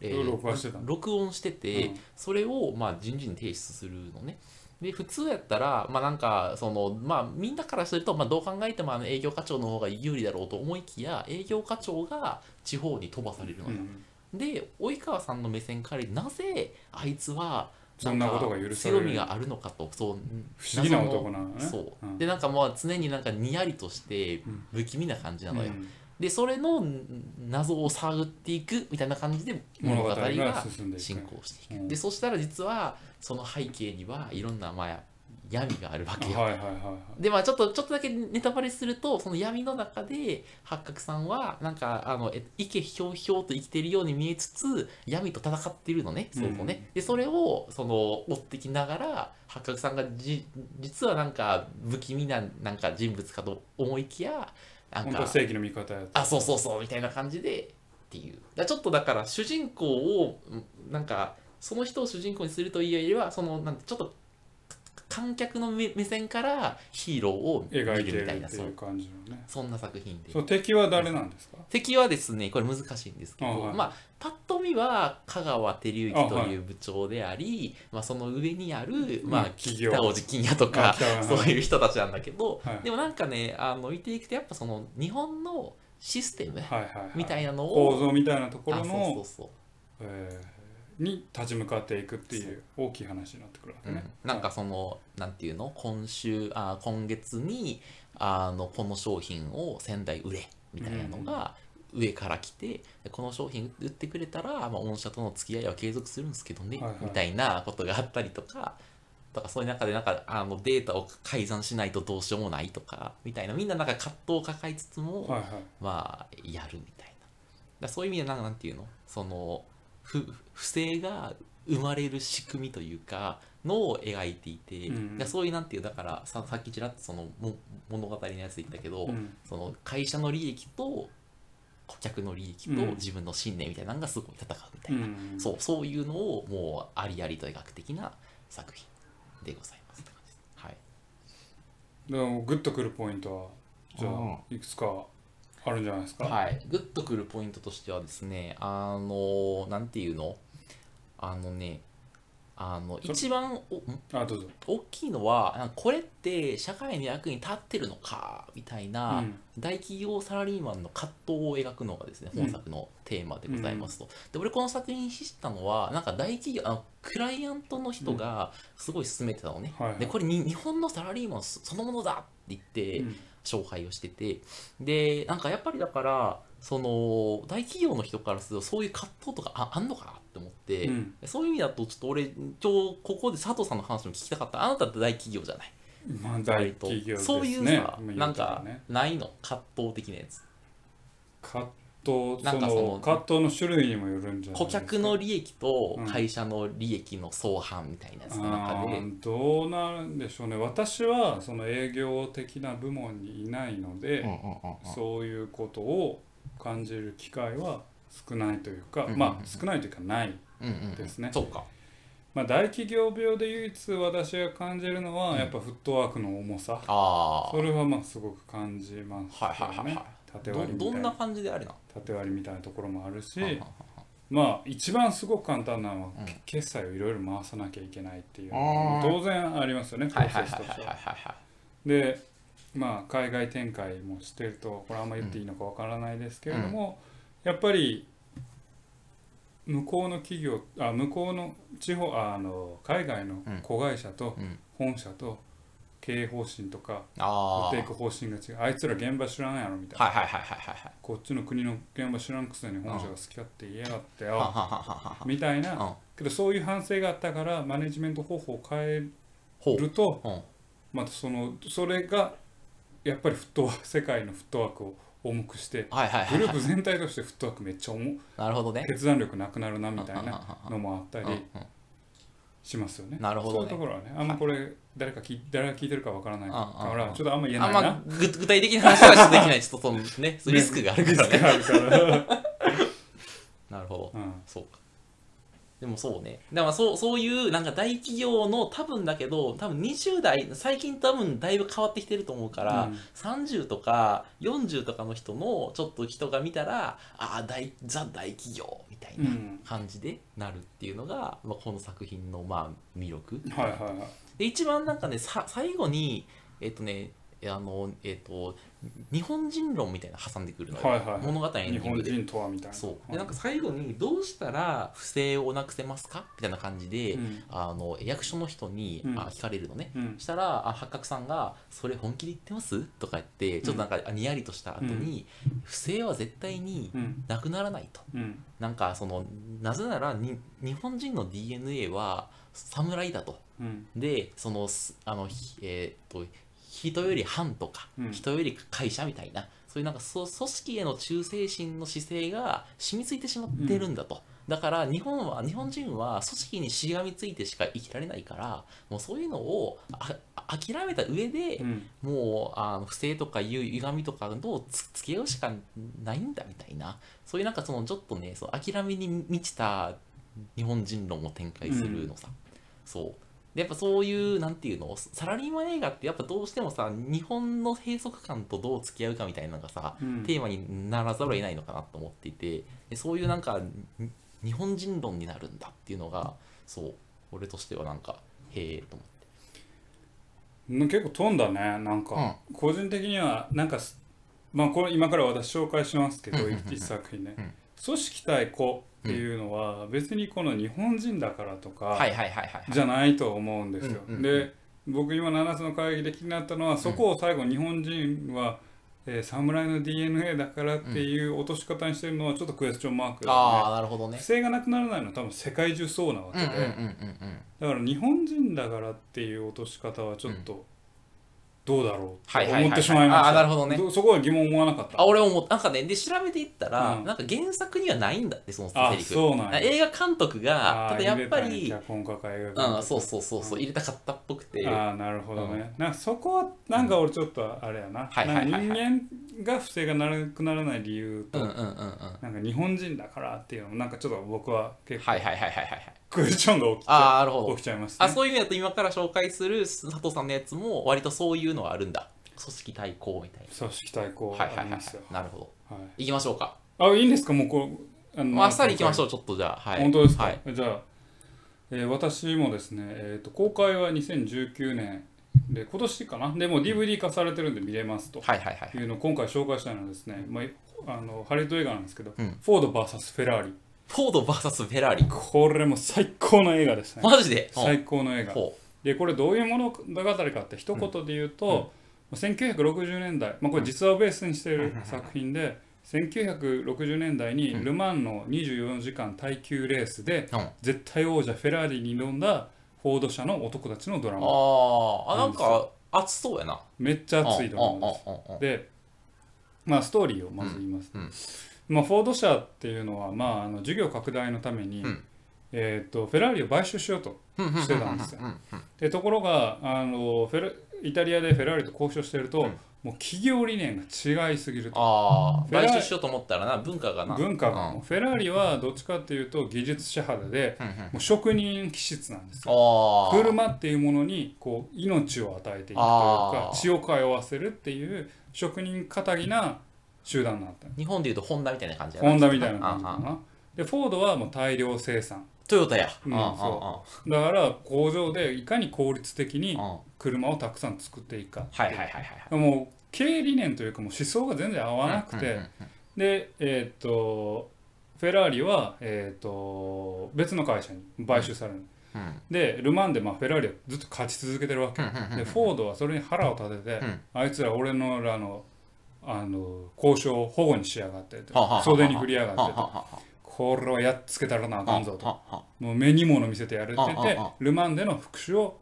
Speaker 2: えー
Speaker 1: 録画してたの
Speaker 2: 録音してて、
Speaker 1: うん
Speaker 2: それをまあ人事に提出するのね。で普通やったら、まあ、なんかその、まあ、みんなからすると、まあ、どう考えてもあの営業課長の方が有利だろうと思いきや営業課長が地方に飛ばされるの
Speaker 1: う
Speaker 2: よ、
Speaker 1: ん
Speaker 2: で及川さんの目線からなぜあいつは
Speaker 1: そんなことが許され
Speaker 2: 強
Speaker 1: る
Speaker 2: みがあるのかとそう
Speaker 1: 不思議な男なのね。
Speaker 2: 謎のそ
Speaker 1: う
Speaker 2: う、
Speaker 1: ん
Speaker 2: でなんかまあ常になんかにやりとして
Speaker 1: ん
Speaker 2: 不気味な感じなのよ、
Speaker 1: うん
Speaker 2: でそれの謎を探っていくみたいな感じで物
Speaker 1: 物
Speaker 2: 語
Speaker 1: 語
Speaker 2: が
Speaker 1: が進んでいく
Speaker 2: 進行していく、
Speaker 1: うん
Speaker 2: でそしたら実はその背景にはいろんなまあ闇があるわけよ、
Speaker 1: はいはいはいはい。
Speaker 2: でまあちょっとちょっとだけネタバレするとその闇の中で八角さんはなんかあのえ池ひょうひょうと生きてるように見えつつ闇と戦っているのねそうそうね、でそれをその追ってきながら八角さんがじ実はなんか不気味ななんか人物かと思いきやなん
Speaker 1: 本当は
Speaker 2: か
Speaker 1: 正義の味方やった。
Speaker 2: あそうそうそうみたいな感じでっていうだちょっとだから主人公をうんなんかその人を主人公にするというよりはそのなんてちょっと観客の目目線からヒーローを見
Speaker 1: 描いて
Speaker 2: るみ
Speaker 1: る
Speaker 2: たいな
Speaker 1: って
Speaker 2: そ
Speaker 1: いう
Speaker 2: う
Speaker 1: 感じのね。
Speaker 2: そんな作品で
Speaker 1: そう敵は誰なんですか
Speaker 2: 敵はですねこれ難しいんですけど
Speaker 1: あはい
Speaker 2: まあパッと見は香川照之
Speaker 1: あ
Speaker 2: と
Speaker 1: はい
Speaker 2: いう部長でありまあ、その上にある、
Speaker 1: ん
Speaker 2: まあ、
Speaker 1: 企業
Speaker 2: 北尾金也と
Speaker 1: あ
Speaker 2: か
Speaker 1: 北尾はい
Speaker 2: そういう人たちなんだけど、
Speaker 1: はい
Speaker 2: でもなんかねあの見ていくとやっぱその日本のシステム
Speaker 1: はいはいはい。
Speaker 2: みたいなのを
Speaker 1: 構造みたいなところ
Speaker 2: あそう
Speaker 1: の、
Speaker 2: そうそう
Speaker 1: えーに立ち向かっていくっていう大きい話になってくるわけ
Speaker 2: うん
Speaker 1: ね。
Speaker 2: なんかそのなんていうの今週あ今月にあのこの商品を仙台売れみたいなのが上から来て、でこの商品売ってくれたら、まあ、御社との付き合いは継続するんですけどね、
Speaker 1: はいはい
Speaker 2: みたいなことがあったりとか。とかそういう中でなんかあのデータを改ざんしないとどうしようもないとかみたいなみんななんか葛藤を抱えつつも、
Speaker 1: はいはい。
Speaker 2: まあやるみたいなだそういう意味でなんかなんていうのその不不正が生まれる仕組みというかのを描いていて、
Speaker 1: うん
Speaker 2: だそういうなんていうだからささっきちらっとそのも物語のやつで言ったけど、
Speaker 1: うん
Speaker 2: その会社の利益と顧客の利益と
Speaker 1: うん
Speaker 2: 自分の信念みたいなのがすごい戦うみた
Speaker 1: う
Speaker 2: いな、
Speaker 1: ん
Speaker 2: そうそういうのをもうありありと描く的な作品でございますって感じですはい
Speaker 1: でもグッとくるポイントはじゃ
Speaker 2: うん
Speaker 1: あいくつかあるんじゃないですか、
Speaker 2: はい、グッとくるポイントとしてはですねあのなんていうのあのねあの
Speaker 1: ちょ
Speaker 2: 一番お
Speaker 1: あどうぞ、
Speaker 2: 大きいのはなんかこれって社会の役に立ってるのかみたいな、
Speaker 1: うん
Speaker 2: 大企業サラリーマンの葛藤を描くのがですね
Speaker 1: うん
Speaker 2: 本作のテーマでございますと、で俺この作品に知ったのはなんか大企業あのクライアントの人がすごい勧めてたのね、
Speaker 1: はいはい
Speaker 2: でこれに日本のサラリーマンそそのものだって言って、
Speaker 1: うん
Speaker 2: 紹介をしててでなんかやっぱりだからその大企業の人からするとそういう葛藤とかああんのかなって思って、
Speaker 1: うん
Speaker 2: そういう意味だとちょっと俺今日ここで佐藤さんの話も聞きたかったあなたって大企業じゃない
Speaker 1: まあ、大企業です、ね、
Speaker 2: そういうさ、
Speaker 1: まあ
Speaker 2: な
Speaker 1: 言
Speaker 2: ん
Speaker 1: うたら
Speaker 2: か
Speaker 1: ね
Speaker 2: ないの葛藤的なやつ
Speaker 1: 葛藤
Speaker 2: なんか
Speaker 1: その
Speaker 2: その
Speaker 1: 葛藤の種類にもよるんじゃない
Speaker 2: 顧
Speaker 1: ですか
Speaker 2: 客の利益と
Speaker 1: うん
Speaker 2: 会社の利益の相反みたいなやつの中で、
Speaker 1: あーどうなるんでしょうね私はその営業的な部門にいないので、そういうことを感じる機会は少ないというか、
Speaker 2: んうん
Speaker 1: まあ少ないというかない
Speaker 2: うんうんうん
Speaker 1: ですね
Speaker 2: そうか
Speaker 1: まあ、大企業病で唯一私が感じるのはやっぱフットワークの重さ、
Speaker 2: ああ
Speaker 1: それはまあすごく感じますよね、
Speaker 2: はいはいはいはい
Speaker 1: 縦
Speaker 2: ど
Speaker 1: 割りみた
Speaker 2: ど
Speaker 1: い
Speaker 2: ん
Speaker 1: な
Speaker 2: な感じであるな
Speaker 1: 縦割りみたいなところもあるし
Speaker 2: ははは
Speaker 1: まあ一番すごく簡単なのは、
Speaker 2: うん
Speaker 1: け決済をいろいろ回さなきゃいけないっていうの
Speaker 2: あー
Speaker 1: も当然ありますよねプ
Speaker 2: はい
Speaker 1: ロ
Speaker 2: はい
Speaker 1: セ
Speaker 2: はい
Speaker 1: スとしては。
Speaker 2: はいはいはい
Speaker 1: でまあ、海外展開もしてるとこれあんま言っていいのかわからないですけれども、やっぱり向こうの企業あ向こうの地方ああの海外の子会社と
Speaker 2: うん
Speaker 1: 本社と経営方針とか持
Speaker 2: あ
Speaker 1: っ
Speaker 2: あ
Speaker 1: ていく方針が違うあいつら現場知らんやろみたいな、
Speaker 2: はいはいはいはいはいはい
Speaker 1: こっちの国の現場知らんくせに本社が好きやって言いやがって
Speaker 2: はは
Speaker 1: よ
Speaker 2: ははは
Speaker 1: みたい
Speaker 2: うん
Speaker 1: なけどそういう反省があったからマネジメント方法を変え
Speaker 2: ほう
Speaker 1: ると
Speaker 2: うん
Speaker 1: またそのそれがやっぱりフットワーク世界のフットワークを重くして
Speaker 2: はいはいは
Speaker 1: グ
Speaker 2: い
Speaker 1: ル
Speaker 2: は
Speaker 1: ー
Speaker 2: い
Speaker 1: プ全体としてフットワークめっちゃ重
Speaker 2: なるほどね
Speaker 1: 決断力なくなるなみたい
Speaker 2: うんうん
Speaker 1: なのもあった
Speaker 2: うんう
Speaker 1: り
Speaker 2: ん
Speaker 1: しますよね。
Speaker 2: なるほ
Speaker 1: そ
Speaker 2: どね
Speaker 1: ういうところはね、あんまこれ誰か聞い誰が聞いてるかわからないか
Speaker 2: うんうんう
Speaker 1: ら、
Speaker 2: ん
Speaker 1: ちょっとあんま言えな
Speaker 2: あ
Speaker 1: んい
Speaker 2: ま
Speaker 1: な。
Speaker 2: 具具体的な話はちょっとできない。ちょっとその
Speaker 1: [LAUGHS]
Speaker 2: ね、リスクがあるからね。
Speaker 1: あるから。
Speaker 2: なるほ
Speaker 1: う
Speaker 2: ど。
Speaker 1: ん
Speaker 2: そうか。でもそうね。だからそうそういうなんか大企業の多分だけど、多分20代、最近多分だいぶ変わってきてると思うから、
Speaker 1: うん
Speaker 2: 30とか40とかの人のちょっと人が見たら、ああ、大ザ大企業みたいな
Speaker 1: うん
Speaker 2: 感じでなるっていうのが、まあ、この作品のまあ魅力。
Speaker 1: はいはいはい。
Speaker 2: で一番なんかねさ最後にえっとねえあのえっと日本人論みたいなの挟んでくるのよ、
Speaker 1: はいはいはい
Speaker 2: 物語のエン
Speaker 1: 日
Speaker 2: ディング
Speaker 1: 本
Speaker 2: で
Speaker 1: 人とはみたいな。
Speaker 2: そうでなんか最後にどうしたら不正をなくせますかみたいな感じで、
Speaker 1: うん
Speaker 2: あの役所の人に、
Speaker 1: うん
Speaker 2: あ聞かれるのね
Speaker 1: うん
Speaker 2: したらあ八角さんが「それ本気で言ってます?」とか言ってちょっとなんかあにやりとした後に、不正は絶対に
Speaker 1: うん
Speaker 2: なくならないと
Speaker 1: うん
Speaker 2: なんかそのなぜならに日本人の DNA は侍だと
Speaker 1: うん
Speaker 2: でそのすあのひえーっと人より藩とか、
Speaker 1: うん
Speaker 2: 人より会社みたいなそういうなんかそ組織への忠誠心の姿勢が染みついてしまってるんだと、だから日本は日本人は組織にしがみついてしか生きられないからもうそういうのをああ諦めた上で、
Speaker 1: うん
Speaker 2: もうあの不正とかいう歪みとかとつ付き合うしかないんだみたいなそういうなんかそのちょっとねそう諦めに満ちた日本人論を展開するのさ、そうでやっぱそういうなんていうのサラリーマン映画ってやっぱどうしてもさ日本の閉塞感とどう付き合うかみたいなのがさ、
Speaker 1: うん
Speaker 2: テーマにならざるを得ないのかなと思っていてでそういうなんかに日本人論になるんだっていうのがそう俺としてはなんかへえと思って。
Speaker 1: うん結構飛んだね、なんか、個人的には、なんかす、まあ、これ今から私紹介しますけど、
Speaker 2: うんうんうんうん
Speaker 1: 一作品ね
Speaker 2: うん。
Speaker 1: 組織対個っていうのは、別にこの日本人だからとか、
Speaker 2: はいはいはいはいはい。
Speaker 1: じゃないと思うんですよ。
Speaker 2: うんうんうん
Speaker 1: で僕今7つの会議で気になったのはそこを最後日本人は、えー侍の DNA だからっていう落とし方にしてるのはちょっとクエスチョンマーク
Speaker 2: あ
Speaker 1: だ
Speaker 2: あなるほど
Speaker 1: ね。
Speaker 2: ね
Speaker 1: 不。正がなくならないのは多分世界中そうなわけで、
Speaker 2: うん。
Speaker 1: だから日本人だからっていう落とし方はちょっとどうだろうと思ってしまいました。
Speaker 2: はいはいはいはいあーなるほどね
Speaker 1: そこは疑問思わなかった。
Speaker 2: あ俺も思ったなんかねで調べていったら、
Speaker 1: うん
Speaker 2: なんか原作にはないんだってそのセ
Speaker 1: あ
Speaker 2: リフ
Speaker 1: そうなんや
Speaker 2: 映画監督がただやっぱり
Speaker 1: 脚本家か映画
Speaker 2: うん、そうそうそうそう入れたかったっぽくて
Speaker 1: ああなるほどね、なんかそこはなんか俺ちょっとあれやな,、
Speaker 2: はいはいはいはい
Speaker 1: なんか人間が不正がなくならない理由
Speaker 2: う
Speaker 1: と、
Speaker 2: んうんうんうんはい
Speaker 1: なんか日本人だからっていうのもなんかちょっと僕は結構
Speaker 2: はいはいはいはいはい
Speaker 1: クエスチョンが起きち
Speaker 2: あ
Speaker 1: ゃ
Speaker 2: あなるほど
Speaker 1: 起きちゃいますね
Speaker 2: あそういう意味だと今から紹介する佐藤さんのやつも割とそういうのはあるんだ組織対抗みたい
Speaker 1: 組織対抗
Speaker 2: なはいは
Speaker 1: あり
Speaker 2: いはい、は
Speaker 1: ますよ、
Speaker 2: い、なるほど
Speaker 1: はい
Speaker 2: 行きましょうか
Speaker 1: あいいんですかもうこうあ
Speaker 2: もうあっさり行きましょ
Speaker 1: う、
Speaker 2: うちょっとじゃあはい
Speaker 1: 本当ですか、
Speaker 2: はい
Speaker 1: じゃあ、えー私もですね、えー、と公開は2019年で今年かなでもう DVD 化されてるんで見れますと、
Speaker 2: はいはいはい
Speaker 1: いうのを今回紹介したいのはですね、まあ、あのハリウッド映画なんですけど、
Speaker 2: うん
Speaker 1: フォード VS フェラーリ
Speaker 2: フォード VS フェラーリ
Speaker 1: これも最高の映画ですね
Speaker 2: マジで
Speaker 1: 最高の映画
Speaker 2: ほ
Speaker 1: でこれどういう物語かって一言で言うと、1960年代、まあ、これ実話をベースにしている作品で1960年代にル・マンの24時間耐久レースで
Speaker 2: うん
Speaker 1: 絶対王者フェラーリに挑んだフォード社の男たちのドラ
Speaker 2: う
Speaker 1: マ
Speaker 2: ああなん
Speaker 1: なん
Speaker 2: か熱そうやな
Speaker 1: めっちゃ熱いドラマです
Speaker 2: うんうんうんうん
Speaker 1: で、まあ、ストーリーをまず言います、
Speaker 2: うんうん
Speaker 1: まあ、フォード社っていうのは、まあ、あの事業拡大のために、
Speaker 2: うん
Speaker 1: えー、とフェラーリを買収しようとしてたんですよ
Speaker 2: うんうんうん
Speaker 1: でところがあのフェライタリアでフェラーリと交渉してると、
Speaker 2: うん
Speaker 1: もう企業理念が違いすぎると
Speaker 2: ああ、
Speaker 1: フェラー
Speaker 2: 買収しようと思ったらな、文化がな。
Speaker 1: 文化が、
Speaker 2: うん
Speaker 1: もうフェラーリはどっちかっていうと技術者肌で、
Speaker 2: うんうんあ
Speaker 1: もう職人気質なんですよ
Speaker 2: あ。
Speaker 1: 車っていうものにこう命を与えていくというか
Speaker 2: あー
Speaker 1: 血を通わせるっていう職人かたぎな集団だった
Speaker 2: 日本でいうとホンダみたいな感じやな
Speaker 1: ホンダみたいな感じか
Speaker 2: うんうん
Speaker 1: な。で、フォードはもう大量生産。
Speaker 2: トヨタや。
Speaker 1: うん
Speaker 2: あああ
Speaker 1: だから工場でいかに効率的に
Speaker 2: あああ
Speaker 1: 車をたくさん作っていくか
Speaker 2: はいはいはいはいはい。
Speaker 1: もう経営理念というかもう思想が全然合わなくて、
Speaker 2: うんうんうん
Speaker 1: でえーっとフェラーリは、えーっと別の会社に買収される、
Speaker 2: うん
Speaker 1: でル・マンで、まあ、フェラーリはずっと勝ち続けてるわけ、
Speaker 2: うんうんうん
Speaker 1: でフォードはそれに腹を立てて、
Speaker 2: うん
Speaker 1: あいつら俺のらのあの交渉を保護にしやがってと
Speaker 2: はあはあはあはあ
Speaker 1: 袖に振りやがって
Speaker 2: はあは
Speaker 1: と
Speaker 2: あはあ
Speaker 1: これはやっつけたらなあかんぞと
Speaker 2: はあはあ
Speaker 1: もう目に物見せてやるって言っ
Speaker 2: あ
Speaker 1: て
Speaker 2: ああ
Speaker 1: ル・マンでの復讐を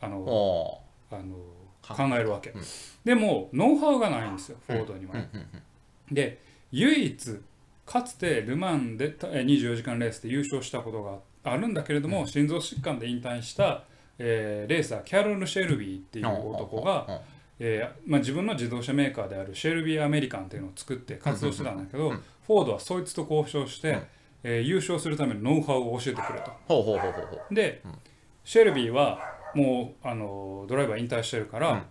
Speaker 1: あの
Speaker 2: お
Speaker 1: あの
Speaker 2: 考
Speaker 1: 考えるわけ、
Speaker 2: うん
Speaker 1: でもノウハウがないんですよフォードには、
Speaker 2: ーうんうん
Speaker 1: で唯一かつてル・マンでたえー24時間レースで優勝したことがあるんだけれども、心臓疾患で引退した、えーレーサーキャロル・シェルビーっていう男が、えーまあ、自分の自動車メーカーであるシェルビー・アメリカンっていうのを作って活動してたんだけど、
Speaker 2: うんうんうん
Speaker 1: フォードはそいつと交渉して、
Speaker 2: うん
Speaker 1: えー優勝するためのノウハウを教えてくれと。
Speaker 2: ほうほうほうほうほう
Speaker 1: で、
Speaker 2: うん
Speaker 1: シェルビーはもうあのドライバー引退してるから、
Speaker 2: うん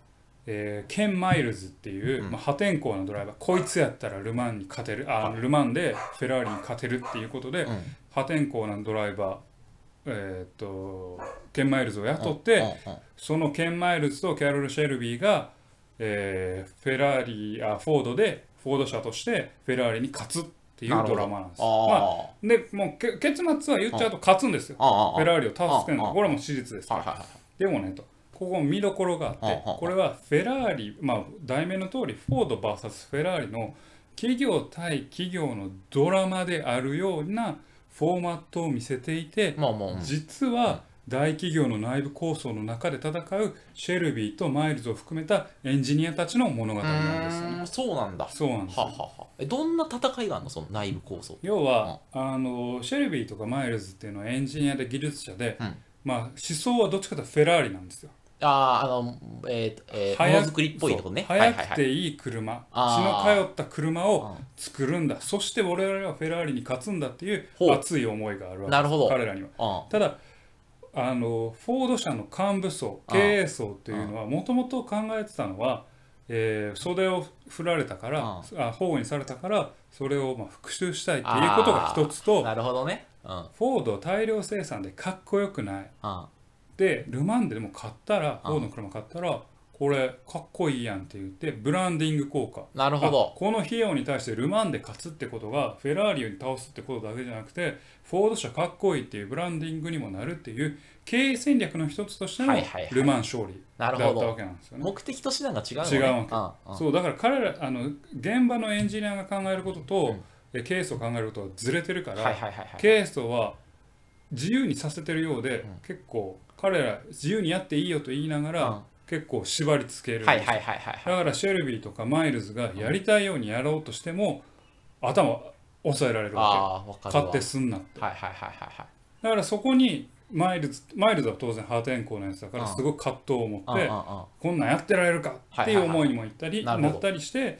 Speaker 1: えーケン・マイルズっていう、
Speaker 2: うん
Speaker 1: まあ、破天荒なドライバーこいつやったらル・マンに勝てるあル・マンでフェラーリに勝てるっていうことで、
Speaker 2: うん
Speaker 1: 破天荒なドライバー、えーっとケン・マイルズを雇って、
Speaker 2: うんうん
Speaker 1: そのケン・マイルズとキャロル・シェルビーが、えーフェラーリあフォードでフォード社としてフェラーリに勝つっていう
Speaker 2: なるほ
Speaker 1: ド
Speaker 2: ど
Speaker 1: ラマなんです。
Speaker 2: あ
Speaker 1: まあ、
Speaker 2: ー
Speaker 1: でもうけ結末は言っちゃうと勝つんですよ。
Speaker 2: あああ
Speaker 1: フェラーリを倒すけん
Speaker 2: ああ
Speaker 1: これはもう史実です
Speaker 2: はいはいはい
Speaker 1: でもねとここ見どころがあっ
Speaker 2: あ
Speaker 1: て
Speaker 2: ああ
Speaker 1: これはフェラーリまあ題名の通りフォード VS フェラーリの企業対企業のドラマであるようなフォーマットを見せていて
Speaker 2: まあまあうん
Speaker 1: 実は大企業の内部構想の中で戦うシェルビーとマイルズを含めたエンジニアたちの物語なんですよ
Speaker 2: うー
Speaker 1: ね。
Speaker 2: んそうなんだ
Speaker 1: そうなんです
Speaker 2: は
Speaker 1: よ
Speaker 2: ははえどんな戦いがあるのその内部構想
Speaker 1: 要は、あのシェルビーとかマイルズっていうのはエンジニアで技術者で、
Speaker 2: うん
Speaker 1: まあ、思想はどっちかというとフェラーリなんですよ。
Speaker 2: あーあのえっ、とえー、も
Speaker 1: 早
Speaker 2: のづくりっぽいってことね
Speaker 1: そう
Speaker 2: は
Speaker 1: 早
Speaker 2: いはい
Speaker 1: く
Speaker 2: はい
Speaker 1: ていい車、
Speaker 2: あ
Speaker 1: 血
Speaker 2: ー
Speaker 1: の通った車を作るんだ、そして我々はフェラーリに勝つんだっていう
Speaker 2: ほう
Speaker 1: 熱い思いがあるわけ
Speaker 2: なるほど
Speaker 1: 彼らには。
Speaker 2: あ
Speaker 1: ただあのフォード社の幹部層
Speaker 2: あー
Speaker 1: 経営層っていうのはもともと考えてたのは、えー袖を振られたから
Speaker 2: あ
Speaker 1: あ保護にされたからそれをまあ復讐したいっていうことが一つ
Speaker 2: ー
Speaker 1: と
Speaker 2: なるほどねうんうん
Speaker 1: フォードを大量生産でかっこよくない
Speaker 2: あ
Speaker 1: でル・マンででも買ったら
Speaker 2: あ
Speaker 1: フォードの車買ったらこれかっこいいやんって言ってブランディング効果
Speaker 2: なるほ
Speaker 1: あ
Speaker 2: ど
Speaker 1: この費用に対してル・マンで勝つってことがフェラーリを倒すってことだけじゃなくてフォード車かっこいいっていうブランディングにもなるっていう経営戦略の一つとしての
Speaker 2: はいはいはい
Speaker 1: ル・マン勝利だ
Speaker 2: な
Speaker 1: っ
Speaker 2: る
Speaker 1: た
Speaker 2: ほ
Speaker 1: わ
Speaker 2: ど
Speaker 1: けなんですよね。
Speaker 2: 目的と手段が違うのね
Speaker 1: 違う
Speaker 2: わけ
Speaker 1: そうだから彼らあの現場のエンジニアが考えることと
Speaker 2: ん、
Speaker 1: え経営層を考えることはずれてるから、
Speaker 2: はいはいはいはい
Speaker 1: 経営層は自由にさせてるようで、結構彼ら自由にやっていいよと言いながら、
Speaker 2: うん
Speaker 1: 結構縛りつけるんです
Speaker 2: はい
Speaker 1: よ
Speaker 2: はいはいはいはい
Speaker 1: だからシェルビーとかマイルズがやりたいようにやろうとしても、頭を抑えられるわ
Speaker 2: ああーわ
Speaker 1: け
Speaker 2: かるわ
Speaker 1: 勝手すんなって
Speaker 2: はいはいはいはいはい
Speaker 1: だからそこにマイルズマイルズは当然破天荒なやつだから
Speaker 2: うん
Speaker 1: すごく葛藤を持
Speaker 2: うんうん
Speaker 1: ってこんなんやってられるかっていう思いにもいったり
Speaker 2: はいはいはい
Speaker 1: なったりして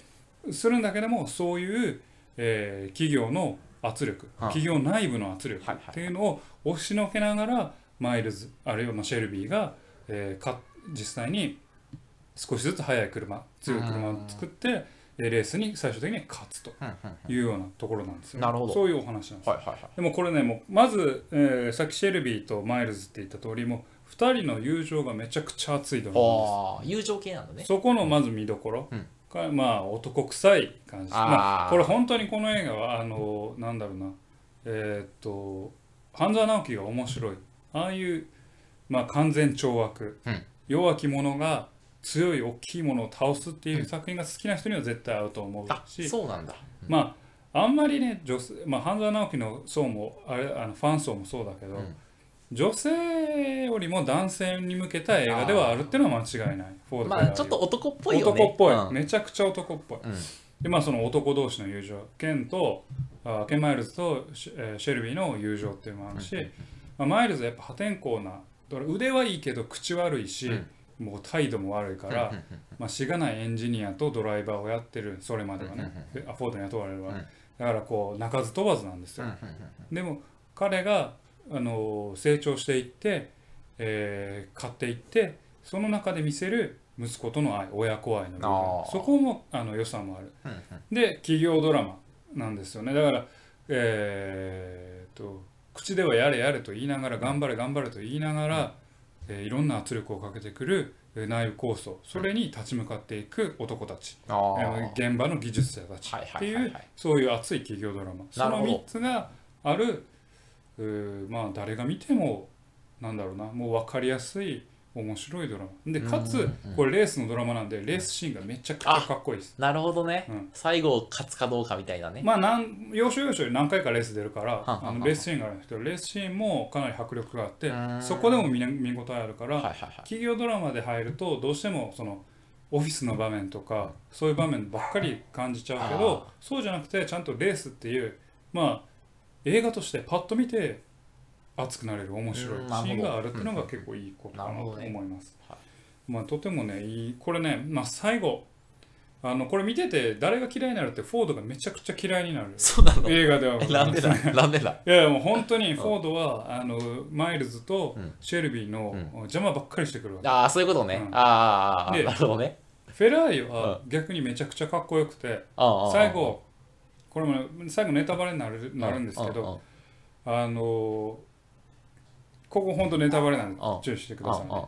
Speaker 1: するんだけどもそういう、えー企業の圧力企業内部の圧力
Speaker 2: はいはい
Speaker 1: っていうのを押しのけながらマイルズあるいはまあシェルビーが、えーか実際に少しずつ速い車強い車を作ってえーレースに最終的には勝つと
Speaker 2: うんうんうん
Speaker 1: いうようなところなんですよね、
Speaker 2: なるほど
Speaker 1: そういうお話なんですよ
Speaker 2: はいはいはい
Speaker 1: でもこれねもうまず、えーさっきシェルビーとマイルズって言った通りもう2人の友情がめちゃくちゃ熱いドラマで
Speaker 2: ああ友情系なんだね
Speaker 1: すそこのまず見どころ
Speaker 2: うん
Speaker 1: が、まあ男臭い感じ
Speaker 2: あー
Speaker 1: まあ、これ本当にこの映画はあのなんだろうなえーっと半沢直樹が面白いああいう、まあ、完全懲悪、
Speaker 2: うん
Speaker 1: 弱き者が強い大きいものを倒すっていう作品が好きな人には絶対合うと思
Speaker 2: あ
Speaker 1: うし、
Speaker 2: そうなんだ
Speaker 1: まああんまりね女性、まあ、半沢直樹の層もあれあのファン層もそうだけど、
Speaker 2: うん
Speaker 1: 女性よりも男性に向けた映画ではあるっていうのは間違いないフォード
Speaker 2: まあ
Speaker 1: フェラーリは
Speaker 2: ちょっと男っぽいよね
Speaker 1: 男っぽい、
Speaker 2: うん
Speaker 1: めちゃくちゃ男っぽい、
Speaker 2: うん
Speaker 1: でまあその男同士の友情ケンとあケン・マイルズとシ,、えーシェルビーの友情っていうのもあるし、まあ、マイルズはやっぱ破天荒なだから腕はいいけど口悪いし、
Speaker 2: うん
Speaker 1: もう態度も悪いから、
Speaker 2: うんうんうん
Speaker 1: まあ、しがないエンジニアとドライバーをやってるそれまではね、でアフォードに雇われるわ、
Speaker 2: うん
Speaker 1: だからこう鳴かず飛ばずなんです
Speaker 2: う
Speaker 1: よ、
Speaker 2: んうんうん
Speaker 1: でも彼が、あのー成長していって、えー買っていってその中で見せる息子との愛親子愛の部分
Speaker 2: あー
Speaker 1: そこもあの良さもある
Speaker 2: うんうん
Speaker 1: で企業ドラマなんですよねだからえーっと口ではやれやれと言いながら頑張れ頑張れと言いながら、えーいろんな圧力をかけてくるえー内部構想それに立ち向かっていく男たち、
Speaker 2: ああ
Speaker 1: えー現場の技術者たち
Speaker 2: はい
Speaker 1: っ
Speaker 2: は
Speaker 1: て
Speaker 2: い
Speaker 1: い
Speaker 2: はいうはい
Speaker 1: そういう熱い企業ドラマそ
Speaker 2: なる
Speaker 1: の
Speaker 2: ほど
Speaker 1: 3つがあるうーまあ誰が見てもなんだろうなもう分かりやすい面白いドラマでかつこれレースのドラマなんでレースシーンがめちゃくちゃかっこいいです
Speaker 2: なるほどね、
Speaker 1: うん
Speaker 2: 最後勝つかどうかみたいなね、
Speaker 1: まあなん要所要所で何回かレース出るから
Speaker 2: はんはんはん
Speaker 1: あのレースシーンがあるんですけどレースシーンもかなり迫力があって
Speaker 2: うん
Speaker 1: そこでも見な見応えあるから、
Speaker 2: はいはいはい
Speaker 1: 企業ドラマで入るとどうしてもそのオフィスの場面とかそういう場面ばっかり感じちゃうけどそうじゃなくてちゃんとレースっていうまあ映画としてパッと見て熱くなれる面白いシ
Speaker 2: うんなるほど
Speaker 1: ーンがあるっていうのが結構いいことかな
Speaker 2: なる
Speaker 1: と
Speaker 2: ほどね
Speaker 1: 思います
Speaker 2: はい。
Speaker 1: まあとてもねいいこれねまあ最後あのこれ見てて誰が嫌いになるってフォードがめちゃくちゃ嫌いになる
Speaker 2: そうなの
Speaker 1: 映画ではご
Speaker 2: え
Speaker 1: ざ
Speaker 2: ないん
Speaker 1: ま
Speaker 2: ですだなんでだ
Speaker 1: いやいやもう本当にフォードはあのマイルズとシェルビーの邪魔ばっかりしてくるわけ
Speaker 2: ああそういうことね、
Speaker 1: うん
Speaker 2: あーあーあー
Speaker 1: で
Speaker 2: なるほどね
Speaker 1: フェラーリは逆にめちゃくちゃかっこよくて
Speaker 2: あーあー
Speaker 1: 最後これもね最後ネタバレになるなるんですけ
Speaker 2: う
Speaker 1: ど
Speaker 2: う
Speaker 1: あのーここ本当ネタバレなんで
Speaker 2: うん
Speaker 1: 注意してく
Speaker 2: うん
Speaker 1: ださい
Speaker 2: うん
Speaker 1: ね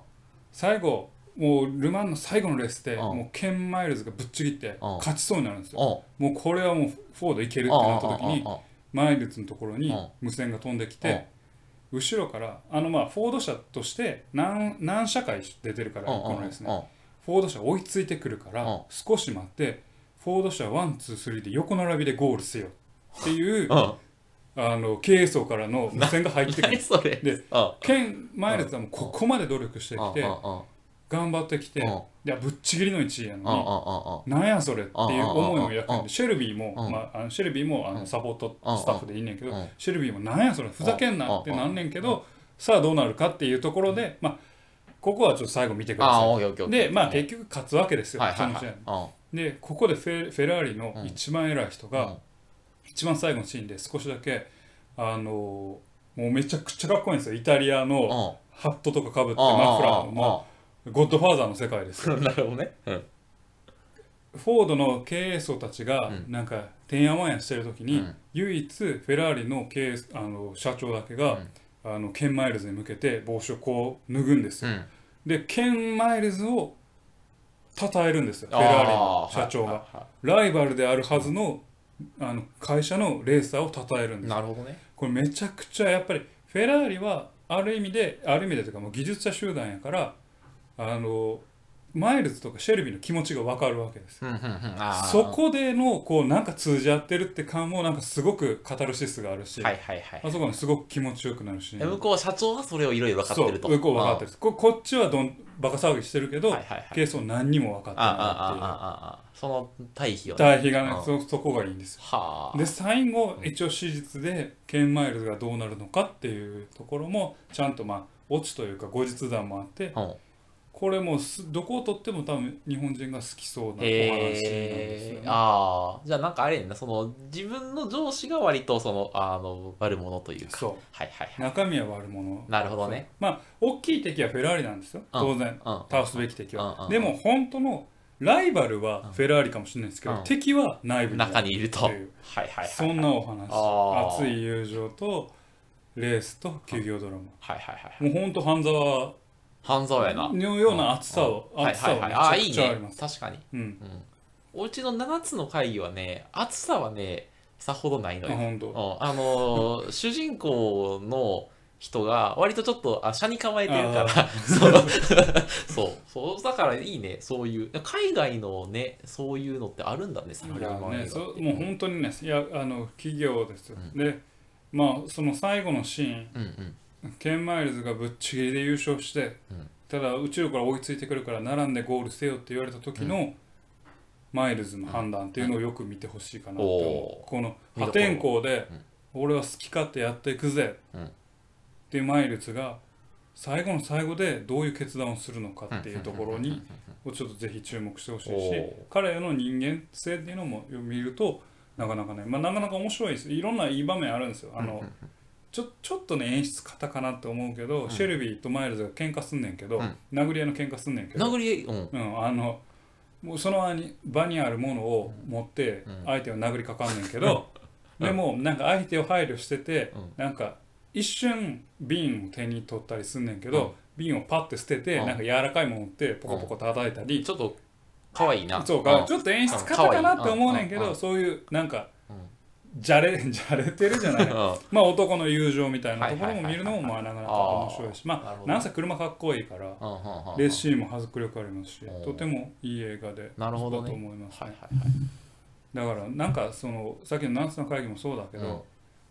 Speaker 1: 最後もうル・マンの最後のレースで
Speaker 2: うん
Speaker 1: もうケン・マイルズがぶっちぎって
Speaker 2: うん
Speaker 1: 勝ちそうになるんですよ
Speaker 2: うん
Speaker 1: もうこれはもうフォードいけるってなった時にマイルズのところに無線が飛んできて後ろからあのまあフォード社として何何社会出てるからこのレースねフォード社追いついてくるか
Speaker 2: うん
Speaker 1: ら少し待ってフォード社ワンツースリーで横並びでゴールせよっていう
Speaker 2: うん
Speaker 1: あの経営層からの無線が入ってく
Speaker 2: 何
Speaker 1: る
Speaker 2: それ
Speaker 1: で
Speaker 2: うん
Speaker 1: ケン・マイルズはもうここまで努力してき
Speaker 2: う
Speaker 1: て
Speaker 2: んうんうん
Speaker 1: 頑張ってきて
Speaker 2: うん
Speaker 1: いやぶっちぎりの1位や
Speaker 2: うんうん
Speaker 1: の
Speaker 2: うん
Speaker 1: になんやそれっていう思いを抱
Speaker 2: うんうん
Speaker 1: くんでシェルビーも
Speaker 2: うん
Speaker 1: まああのシェルビーもあのサポートスタッフでいいねんけど
Speaker 2: うん
Speaker 1: シェルビーもなんやそれふざけんなってなんねんけどさあどうなるかっていうところでまあここはちょっと最後見てくだ
Speaker 2: あー
Speaker 1: さ
Speaker 2: オッケーオッケーオ
Speaker 1: い
Speaker 2: ッケー
Speaker 1: でまあ結局勝つわけですよ
Speaker 2: はいはい
Speaker 1: その
Speaker 2: はい
Speaker 1: 試合
Speaker 2: うん
Speaker 1: でここでフェフェラーリの一番偉い人
Speaker 2: うん
Speaker 1: が一番最後のシーンで少しだけあのーもうめちゃくちゃかっこいいんですよイタリア
Speaker 2: うん
Speaker 1: のハットとかかぶってマフラーのもうゴッドファーザーの世界ですよ
Speaker 2: うんうんなるほどねうん
Speaker 1: フォードの経営層たちがなんかてんやわんやしてる時に
Speaker 2: うん
Speaker 1: 唯一フェラーリの経営あの社長だけがあのケン・マイルズに向けて帽子をこう脱ぐんです
Speaker 2: う
Speaker 1: よ
Speaker 2: ん
Speaker 1: でケン・マイルズを称えるんですよフェラーリの社長が
Speaker 2: あーはいは
Speaker 1: ライバルであるはずのあの会社のレーサーを称えるん
Speaker 2: い
Speaker 1: です
Speaker 2: なるほどね
Speaker 1: これめちゃくちゃやっぱりフェラーリはある意味である意味でというかもう技術者集団やからあのマイルズとかシェルビーの気持ちが分かるわけです
Speaker 2: うんうんうんあー
Speaker 1: そこでのこうなんか通じ合ってるって感もなんかすごくカタルシスがあるし、
Speaker 2: はいはいはい
Speaker 1: あそこもすごく気持ちよくなるし、
Speaker 2: で向こうは社長がそれをいろいろ分かっ
Speaker 1: そ
Speaker 2: て
Speaker 1: う
Speaker 2: ると
Speaker 1: 向こう分かってるここっちはどんバカ騒ぎしてるけど、
Speaker 2: はいはいはい
Speaker 1: ケースを何にも分かって
Speaker 2: あああ
Speaker 1: ないっ
Speaker 2: あああその対比を
Speaker 1: て
Speaker 2: ね
Speaker 1: いう対比がね
Speaker 2: う
Speaker 1: そ
Speaker 2: ん
Speaker 1: そこがいいんですよ
Speaker 2: はあ
Speaker 1: で最後一応史実でケン・マイルズがどうなるのかっていうところもちゃんとまあオチというか後日談もあって
Speaker 2: うん
Speaker 1: これもうすどこを取っても多分日本人が好きそうなお話なんですよ
Speaker 2: へえ
Speaker 1: ね、
Speaker 2: ああじゃあなんかあれやんなその自分の上司が割とそのあの悪者というか
Speaker 1: そ
Speaker 2: はいはいは
Speaker 1: う
Speaker 2: い
Speaker 1: 中身は悪者
Speaker 2: なるほどね
Speaker 1: まあ大きい敵はフェラーリなんですよ
Speaker 2: うん
Speaker 1: 当然
Speaker 2: うん
Speaker 1: 倒すべき敵
Speaker 2: うんうんう
Speaker 1: は
Speaker 2: ん
Speaker 1: でも本当のライバルはフェラーリかもしれないですけ
Speaker 2: う
Speaker 1: ど
Speaker 2: ん
Speaker 1: 敵は内部に
Speaker 2: 中にいると
Speaker 1: っ
Speaker 2: は
Speaker 1: て
Speaker 2: い
Speaker 1: いう
Speaker 2: はいはい
Speaker 1: そんなお話
Speaker 2: あー
Speaker 1: 熱い友情とレースと休業ドラマ
Speaker 2: はいはいはい
Speaker 1: もう本当半沢
Speaker 2: 半沢やな
Speaker 1: のような暑さを、
Speaker 2: はい
Speaker 1: 暑
Speaker 2: は
Speaker 1: さ
Speaker 2: い
Speaker 1: を
Speaker 2: はい
Speaker 1: め
Speaker 2: あ
Speaker 1: ちゃ
Speaker 2: あい
Speaker 1: く
Speaker 2: い
Speaker 1: ちゃあり
Speaker 2: ね
Speaker 1: ます。
Speaker 2: 確かに
Speaker 1: うん、
Speaker 2: おうちの7つの会議はね暑さはねさほどないの
Speaker 1: あ
Speaker 2: よ
Speaker 1: 本当。
Speaker 2: うんあの
Speaker 1: [LAUGHS]
Speaker 2: ー主人公の人が割とちょっとあ車に構えてるか
Speaker 1: あ
Speaker 2: ら [LAUGHS] そうそうそうだからいいねそういう海外のねそういうのってあるんだねサラ
Speaker 1: い
Speaker 2: リー
Speaker 1: や
Speaker 2: マン映画っ
Speaker 1: ね、
Speaker 2: て
Speaker 1: そうもう本当にね、いやあの企業ですよ。で、まあその最後のシーン、
Speaker 2: うんうん
Speaker 1: ケンマイルズがぶっちぎりで優勝して、
Speaker 2: うん
Speaker 1: ただ宇宙から追いついてくるから並んでゴールせよって言われた時の、マイルズの判断っていうのをよく見てほしいかなと思う、
Speaker 2: お
Speaker 1: この破天荒で、俺は好き勝手やっていくぜ、
Speaker 2: うん
Speaker 1: っていうマイルズが最後の最後でどういう決断をするのかっていうところにをちょっとぜひ注目してほしい
Speaker 2: お
Speaker 1: し
Speaker 2: ー
Speaker 1: 彼の人間性っていうのも見るとなかなかね、まあ、なかなか面白いですいろんないい場面あるんですよあのちょちょっとね演出方かなって思うけど、シェルビーとマイルズが喧嘩すんねんけど、
Speaker 2: うん
Speaker 1: 殴り合いの喧嘩すんねんけど、
Speaker 2: 殴り合いうん
Speaker 1: うん、あのもうその場に場にあるものを持って相手を殴りかかんねんけど、でもなんか相手を配慮してて、
Speaker 2: うん
Speaker 1: なんか一瞬瓶を手に取ったりすんねんけど、瓶をパッて捨てて、なんか柔らかいものってポコポコ叩いたり、
Speaker 2: ちょっと可愛いな
Speaker 1: そう
Speaker 2: うん
Speaker 1: かちょっと演出方かなって思うねんけ
Speaker 2: うんうん
Speaker 1: どそういうなんか
Speaker 2: うん
Speaker 1: じゃれ [LAUGHS] じゃれてるじゃない
Speaker 2: うん
Speaker 1: まあ男の友情みたいなところ
Speaker 2: はい
Speaker 1: も
Speaker 2: はいはいはい
Speaker 1: 見るのもまあなかなか面白いし
Speaker 2: なる
Speaker 1: ま
Speaker 2: ほ
Speaker 1: あ
Speaker 2: ど
Speaker 1: なんせ車かっこいいから
Speaker 2: うんうんうん
Speaker 1: レースシーンも迫力ありますし
Speaker 2: うん
Speaker 1: とてもいい映画で
Speaker 2: なるほどね
Speaker 1: だと思います
Speaker 2: はい
Speaker 1: ね
Speaker 2: はいはい
Speaker 1: だからなんかそのさっきの「ナンスの会議」もそうだけ
Speaker 2: うん
Speaker 1: ど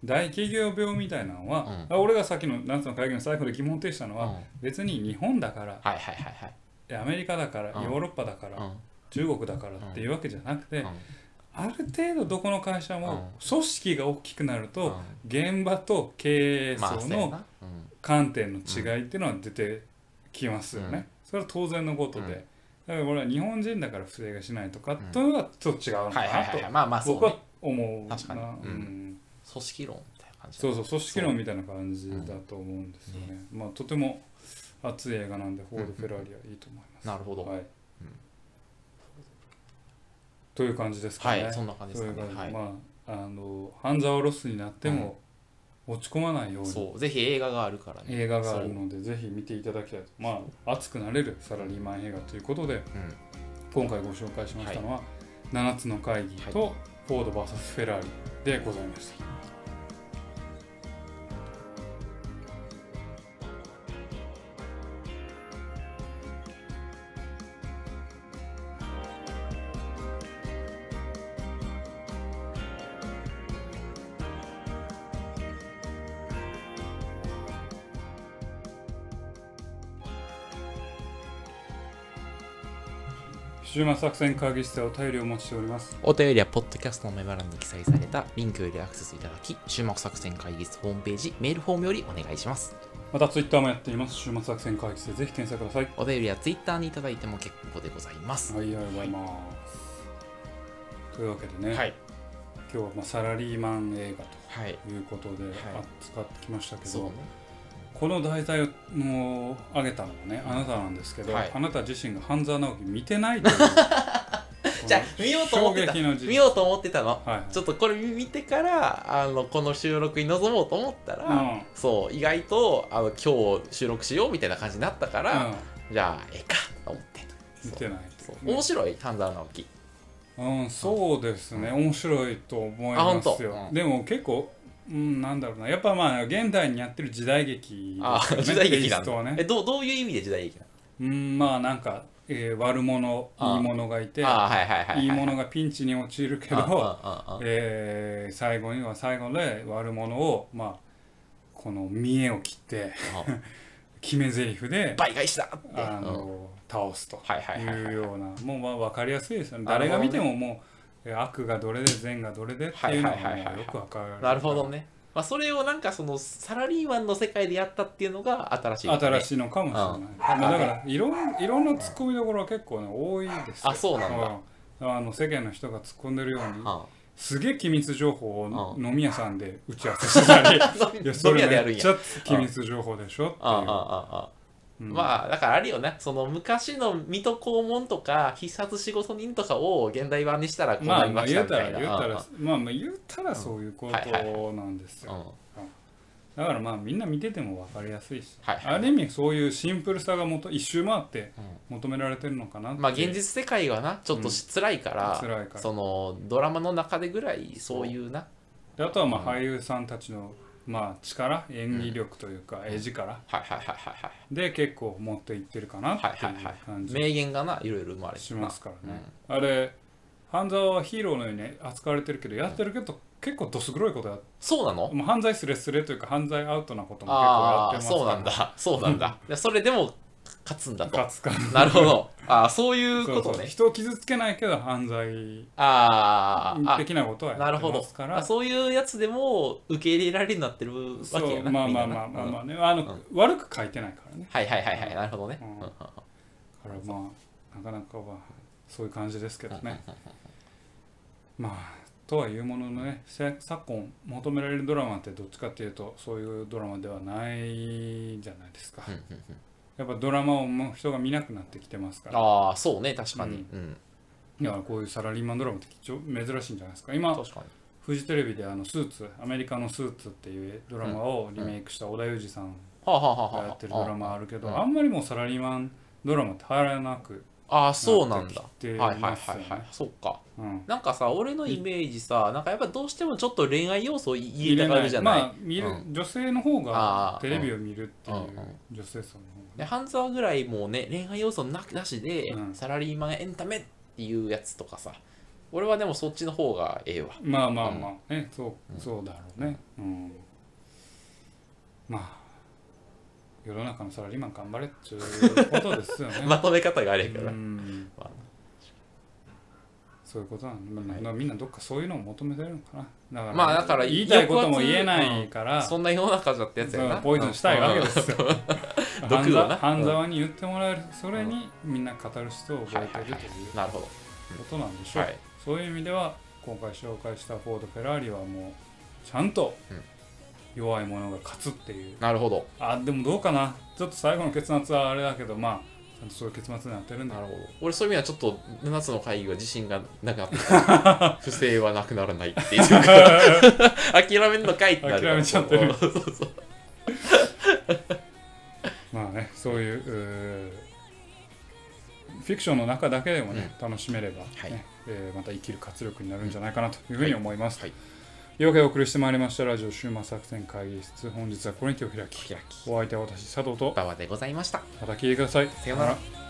Speaker 1: 大企業病みたいなのはあ俺がさっきの「ナンスの会議」の最後で疑問提したの
Speaker 2: うん
Speaker 1: は別に日本だから
Speaker 2: はいはいはいはい
Speaker 1: アメリカだから
Speaker 2: うん
Speaker 1: ヨーロッパだから
Speaker 2: うん
Speaker 1: 中国だからっていうわけじゃなくて
Speaker 2: うん
Speaker 1: ある程度どこの会社も組織が大きくなる
Speaker 2: うん
Speaker 1: と現場と経営
Speaker 2: まあ
Speaker 1: 層
Speaker 2: そうや
Speaker 1: の
Speaker 2: なうん
Speaker 1: 観点の違いっていうのは出てきますよ
Speaker 2: うん
Speaker 1: ね。それは当然のこと
Speaker 2: うん
Speaker 1: で。だから俺は日本人だから不正がしないとかというのはちょっと違うのか
Speaker 2: はいはいはいは
Speaker 1: ない
Speaker 2: まあまあ
Speaker 1: と
Speaker 2: そう
Speaker 1: 僕は
Speaker 2: ね
Speaker 1: 思うな。
Speaker 2: 確かにうん
Speaker 1: うん
Speaker 2: 組織論みたいな感じだ
Speaker 1: そうそう組織論みたいな感じだと思うんですよね。まあとても熱い映画なんでフォード・フェラーリはいいと思います。
Speaker 2: なるほど
Speaker 1: はい
Speaker 2: うん
Speaker 1: という感じですか
Speaker 2: は
Speaker 1: ね。
Speaker 2: いそんな感じで
Speaker 1: そ
Speaker 2: す
Speaker 1: うい
Speaker 2: か
Speaker 1: う感じ
Speaker 2: ねはい
Speaker 1: まああの半沢ロスになっても落ち込まないように、
Speaker 2: そうぜひ映画があるからね
Speaker 1: 映画があるのでぜひ見ていただきたいとまあ熱くなれるサラリーマン映画ということで
Speaker 2: うん
Speaker 1: 今回ご紹介しましたのは「7つの会議」と「フォード VS フェラーリ」でございました。週末作戦会議室でお便りをお待ちしております。
Speaker 2: お便りはポッドキャストのメモ欄に記載されたリンクよりアクセスいただき、注目作戦会議室ホームページ、メールフォームよりお願いします。
Speaker 1: またツイッターもやっています。週末作戦会議室でぜひ検索ください。
Speaker 2: お便りは Twitter にいただいても結構でございます。
Speaker 1: はい、ありがとうございます。というわけでね、
Speaker 2: はい。
Speaker 1: 今日はまあサラリーマン映画
Speaker 2: はい。
Speaker 1: ということで
Speaker 2: はい
Speaker 1: 扱ってきましたけ
Speaker 2: そう
Speaker 1: ど、
Speaker 2: ね。
Speaker 1: この題材をの上げたのはねあなたなんですけど、
Speaker 2: はい
Speaker 1: あなた自身が半沢直樹見てないという
Speaker 2: [LAUGHS] じゃあ見ようと思ってた
Speaker 1: 衝撃の事実
Speaker 2: 見ようと思ってたの。
Speaker 1: はい
Speaker 2: ちょっとこれ見てから、あの、この収録に臨もうと思ったら、
Speaker 1: うん
Speaker 2: そう、意外と、あの、今日収録しようみたいな感じになったから、じゃあ、ええか、と思って。
Speaker 1: うん、見てない
Speaker 2: そう面白い、丹沢直樹。
Speaker 1: うん、そうですね、面白いと思います
Speaker 2: あ
Speaker 1: よ
Speaker 2: 本、当
Speaker 1: でも結構、うん、なんだろうなやっぱまあ現代にやってる時代劇
Speaker 2: あ
Speaker 1: ですよね
Speaker 2: 時代劇な
Speaker 1: テイ
Speaker 2: ん
Speaker 1: ストは
Speaker 2: だ。
Speaker 1: ね
Speaker 2: え、どう、どういう意味で時代劇なの
Speaker 1: うんまあなんか、えー悪者
Speaker 2: あ
Speaker 1: いい者がいて
Speaker 2: ああ、はいはいはいはい。
Speaker 1: いい者がピンチに陥るけ
Speaker 2: あ
Speaker 1: ど
Speaker 2: あああ
Speaker 1: えー最後には最後で悪者をまあこの見栄を切って
Speaker 2: あ
Speaker 1: [LAUGHS] 決め台詞で
Speaker 2: 倍返しだって。
Speaker 1: あの、
Speaker 2: うん
Speaker 1: 倒すと
Speaker 2: はいはいいはいは
Speaker 1: う
Speaker 2: い。
Speaker 1: ようなもうまあ分かりやすいですよね
Speaker 2: な
Speaker 1: 誰
Speaker 2: るほど
Speaker 1: が
Speaker 2: ね
Speaker 1: 見てももうえー悪がどれで善がどれでっていうのが
Speaker 2: はいはいはいはい
Speaker 1: もうよく分かる
Speaker 2: なるほどね。まあ、それをなんかそのサラリーマンの世界でやったっていうのが新しい、ね。
Speaker 1: 新
Speaker 2: い。
Speaker 1: しいのかもしれない、
Speaker 2: うん
Speaker 1: まあ、だからいろんいろんなツッコミどころは結構ね多いですよ
Speaker 2: あそうなんだ
Speaker 1: うんあの世間の人が突っ込んでるように
Speaker 2: あ
Speaker 1: すげえ機密情報を
Speaker 2: うん
Speaker 1: 飲み屋さんで打ち合わせしてたり
Speaker 2: あ。
Speaker 1: いやそ
Speaker 2: 飲み
Speaker 1: れ
Speaker 2: 屋でやる
Speaker 1: め
Speaker 2: ん [LAUGHS]
Speaker 1: っちゃ
Speaker 2: や。
Speaker 1: 機密情報でしょっていう
Speaker 2: ああああああ
Speaker 1: うん
Speaker 2: まあだからあるよねその昔の水戸黄門とか必殺仕事人とかを現代版にしたらこう
Speaker 1: ま
Speaker 2: な
Speaker 1: あ
Speaker 2: り
Speaker 1: ま
Speaker 2: ま
Speaker 1: あ
Speaker 2: した
Speaker 1: 言う
Speaker 2: み
Speaker 1: た
Speaker 2: たい
Speaker 1: ら
Speaker 2: な
Speaker 1: 言うた
Speaker 2: あ
Speaker 1: らまあまあ言うたらそういうこ
Speaker 2: はいはい
Speaker 1: となんです
Speaker 2: あああ
Speaker 1: よだからまあみんな見てても分かりやすいし
Speaker 2: はいはい
Speaker 1: ある意味そういうシンプルさがもと一周回って
Speaker 2: うん
Speaker 1: 求められてるのかなって
Speaker 2: まあ現実世界はなちょっとし辛いから,、
Speaker 1: 辛いから
Speaker 2: そのドラマの中でぐらいそういうな
Speaker 1: であとはまあ俳優さんたちのまあ力演技力というか絵力
Speaker 2: はいはいはいはいはい
Speaker 1: で結構持っていってるかなっていう感じ
Speaker 2: 名言がないろいろ生まれて
Speaker 1: し
Speaker 2: るな
Speaker 1: ますからね、あれ犯罪はヒーローのように扱われてるけどやってるけど結構どす黒いことやっ
Speaker 2: そうなの
Speaker 1: もう犯罪すれすれというか犯罪アウトなことも結構
Speaker 2: あ
Speaker 1: や
Speaker 2: あ
Speaker 1: ってますから
Speaker 2: そうなんだ [LAUGHS] そうなんだいやそれでも勝つんだと
Speaker 1: 勝つか
Speaker 2: なるほどああそういう
Speaker 1: そう
Speaker 2: こと
Speaker 1: そう
Speaker 2: ね
Speaker 1: 人を傷つけないけど犯罪
Speaker 2: ああ
Speaker 1: 的なことは
Speaker 2: あな
Speaker 1: や
Speaker 2: る
Speaker 1: って
Speaker 2: ほ
Speaker 1: ま
Speaker 2: ど
Speaker 1: すか
Speaker 2: あ
Speaker 1: ら
Speaker 2: そういうやつでも受け入れられるようになってるわけ
Speaker 1: そ
Speaker 2: や
Speaker 1: う
Speaker 2: な
Speaker 1: まあ
Speaker 2: みん
Speaker 1: ま
Speaker 2: な
Speaker 1: あ
Speaker 2: な
Speaker 1: まあまあ
Speaker 2: うん
Speaker 1: ま
Speaker 2: は
Speaker 1: あねあの悪く書いてないからね
Speaker 2: いはいはいはいなるほどね
Speaker 1: うん
Speaker 2: うんうんうん
Speaker 1: だからまあなかなかはそういう感じですけど [LAUGHS] ねまあとはいうもののねせ昨今求められるドラマってどっちかっていうとそういうドラマではないじゃないですか
Speaker 2: うんうんうん
Speaker 1: やっぱドラマをもう人が見なくなってきてますから
Speaker 2: ああそうね確かにうん
Speaker 1: だからこういうサラリーマンドラマって貴重珍しいんじゃないですか今
Speaker 2: 確かに
Speaker 1: フジテレビであのスーツアメリカのスーツっていうドラマをリメイクした織田裕二さん
Speaker 2: はあはあは
Speaker 1: が
Speaker 2: あ
Speaker 1: や
Speaker 2: は
Speaker 1: ってる
Speaker 2: あ
Speaker 1: ドラマあるけどあんまりもうサラリーマンドラマって入らなく
Speaker 2: ああそうなんだ
Speaker 1: なってきて
Speaker 2: はいはいは
Speaker 1: ま
Speaker 2: い
Speaker 1: すよね
Speaker 2: はいそうか
Speaker 1: うん
Speaker 2: なんかさ俺のイメージさなんかやっぱどうしてもちょっと恋愛要素を入れたがるじゃない
Speaker 1: まあ見る、
Speaker 2: う
Speaker 1: 女性の方が
Speaker 2: あー
Speaker 1: テレビを見るっていう
Speaker 2: うん
Speaker 1: 女性層の
Speaker 2: でハンザーぐらいもうね恋愛要素ななしで、
Speaker 1: うん
Speaker 2: サラリーマンエンタメっていうやつとかさ俺はでもそっちの方がええわ
Speaker 1: 方がまあまあまあね、そうそうだろうねうんまあ世の中のサラリーマン頑張れっちゅうことですよね
Speaker 2: [LAUGHS] まとめ方があれやけどな、
Speaker 1: うん
Speaker 2: まあ
Speaker 1: そういうことなんだ、まあみんなどっかそういうのを求めてるのかなだから,、
Speaker 2: まあだから
Speaker 1: 言いたいことも言えないから、
Speaker 2: そんな世の中じゃってやつや
Speaker 1: そ
Speaker 2: な
Speaker 1: うポイズンしたいわけですすよ。 [LAUGHS]
Speaker 2: ん
Speaker 1: 半
Speaker 2: 毒をな
Speaker 1: 沢半沢に言ってもらえるそれにみんな語る人を覚えてるという
Speaker 2: なるほど
Speaker 1: ことなんでしょう、
Speaker 2: はい
Speaker 1: そういう意味では今回紹介したフォード・フェラーリはもうちゃんと
Speaker 2: うん
Speaker 1: 弱い者が勝つっていう
Speaker 2: なるほど
Speaker 1: あでもどうかなちょっと最後の結末はあれだけどまあちゃんとそういう結末になってるんだ
Speaker 2: なるほど俺そういう意味ではちょっと7つの会議は自信がなくなってきた
Speaker 1: [LAUGHS]
Speaker 2: 不正はなくならないっていうか諦めんのかいってなるから
Speaker 1: 諦めちゃってる
Speaker 2: そうそうそう
Speaker 1: まあねそういううーフィクションの中だけでもね、楽しめれば、ね
Speaker 2: はい
Speaker 1: えーまた生きる活力になるんじゃないかなというふうに思います。
Speaker 2: はい
Speaker 1: よくお送りしてまいりましたラジオ終末作戦会議室本日はこれにてお開き
Speaker 2: 開き
Speaker 1: お相手は私佐藤と
Speaker 2: 馬場でございました
Speaker 1: また聞いてください
Speaker 2: さようなら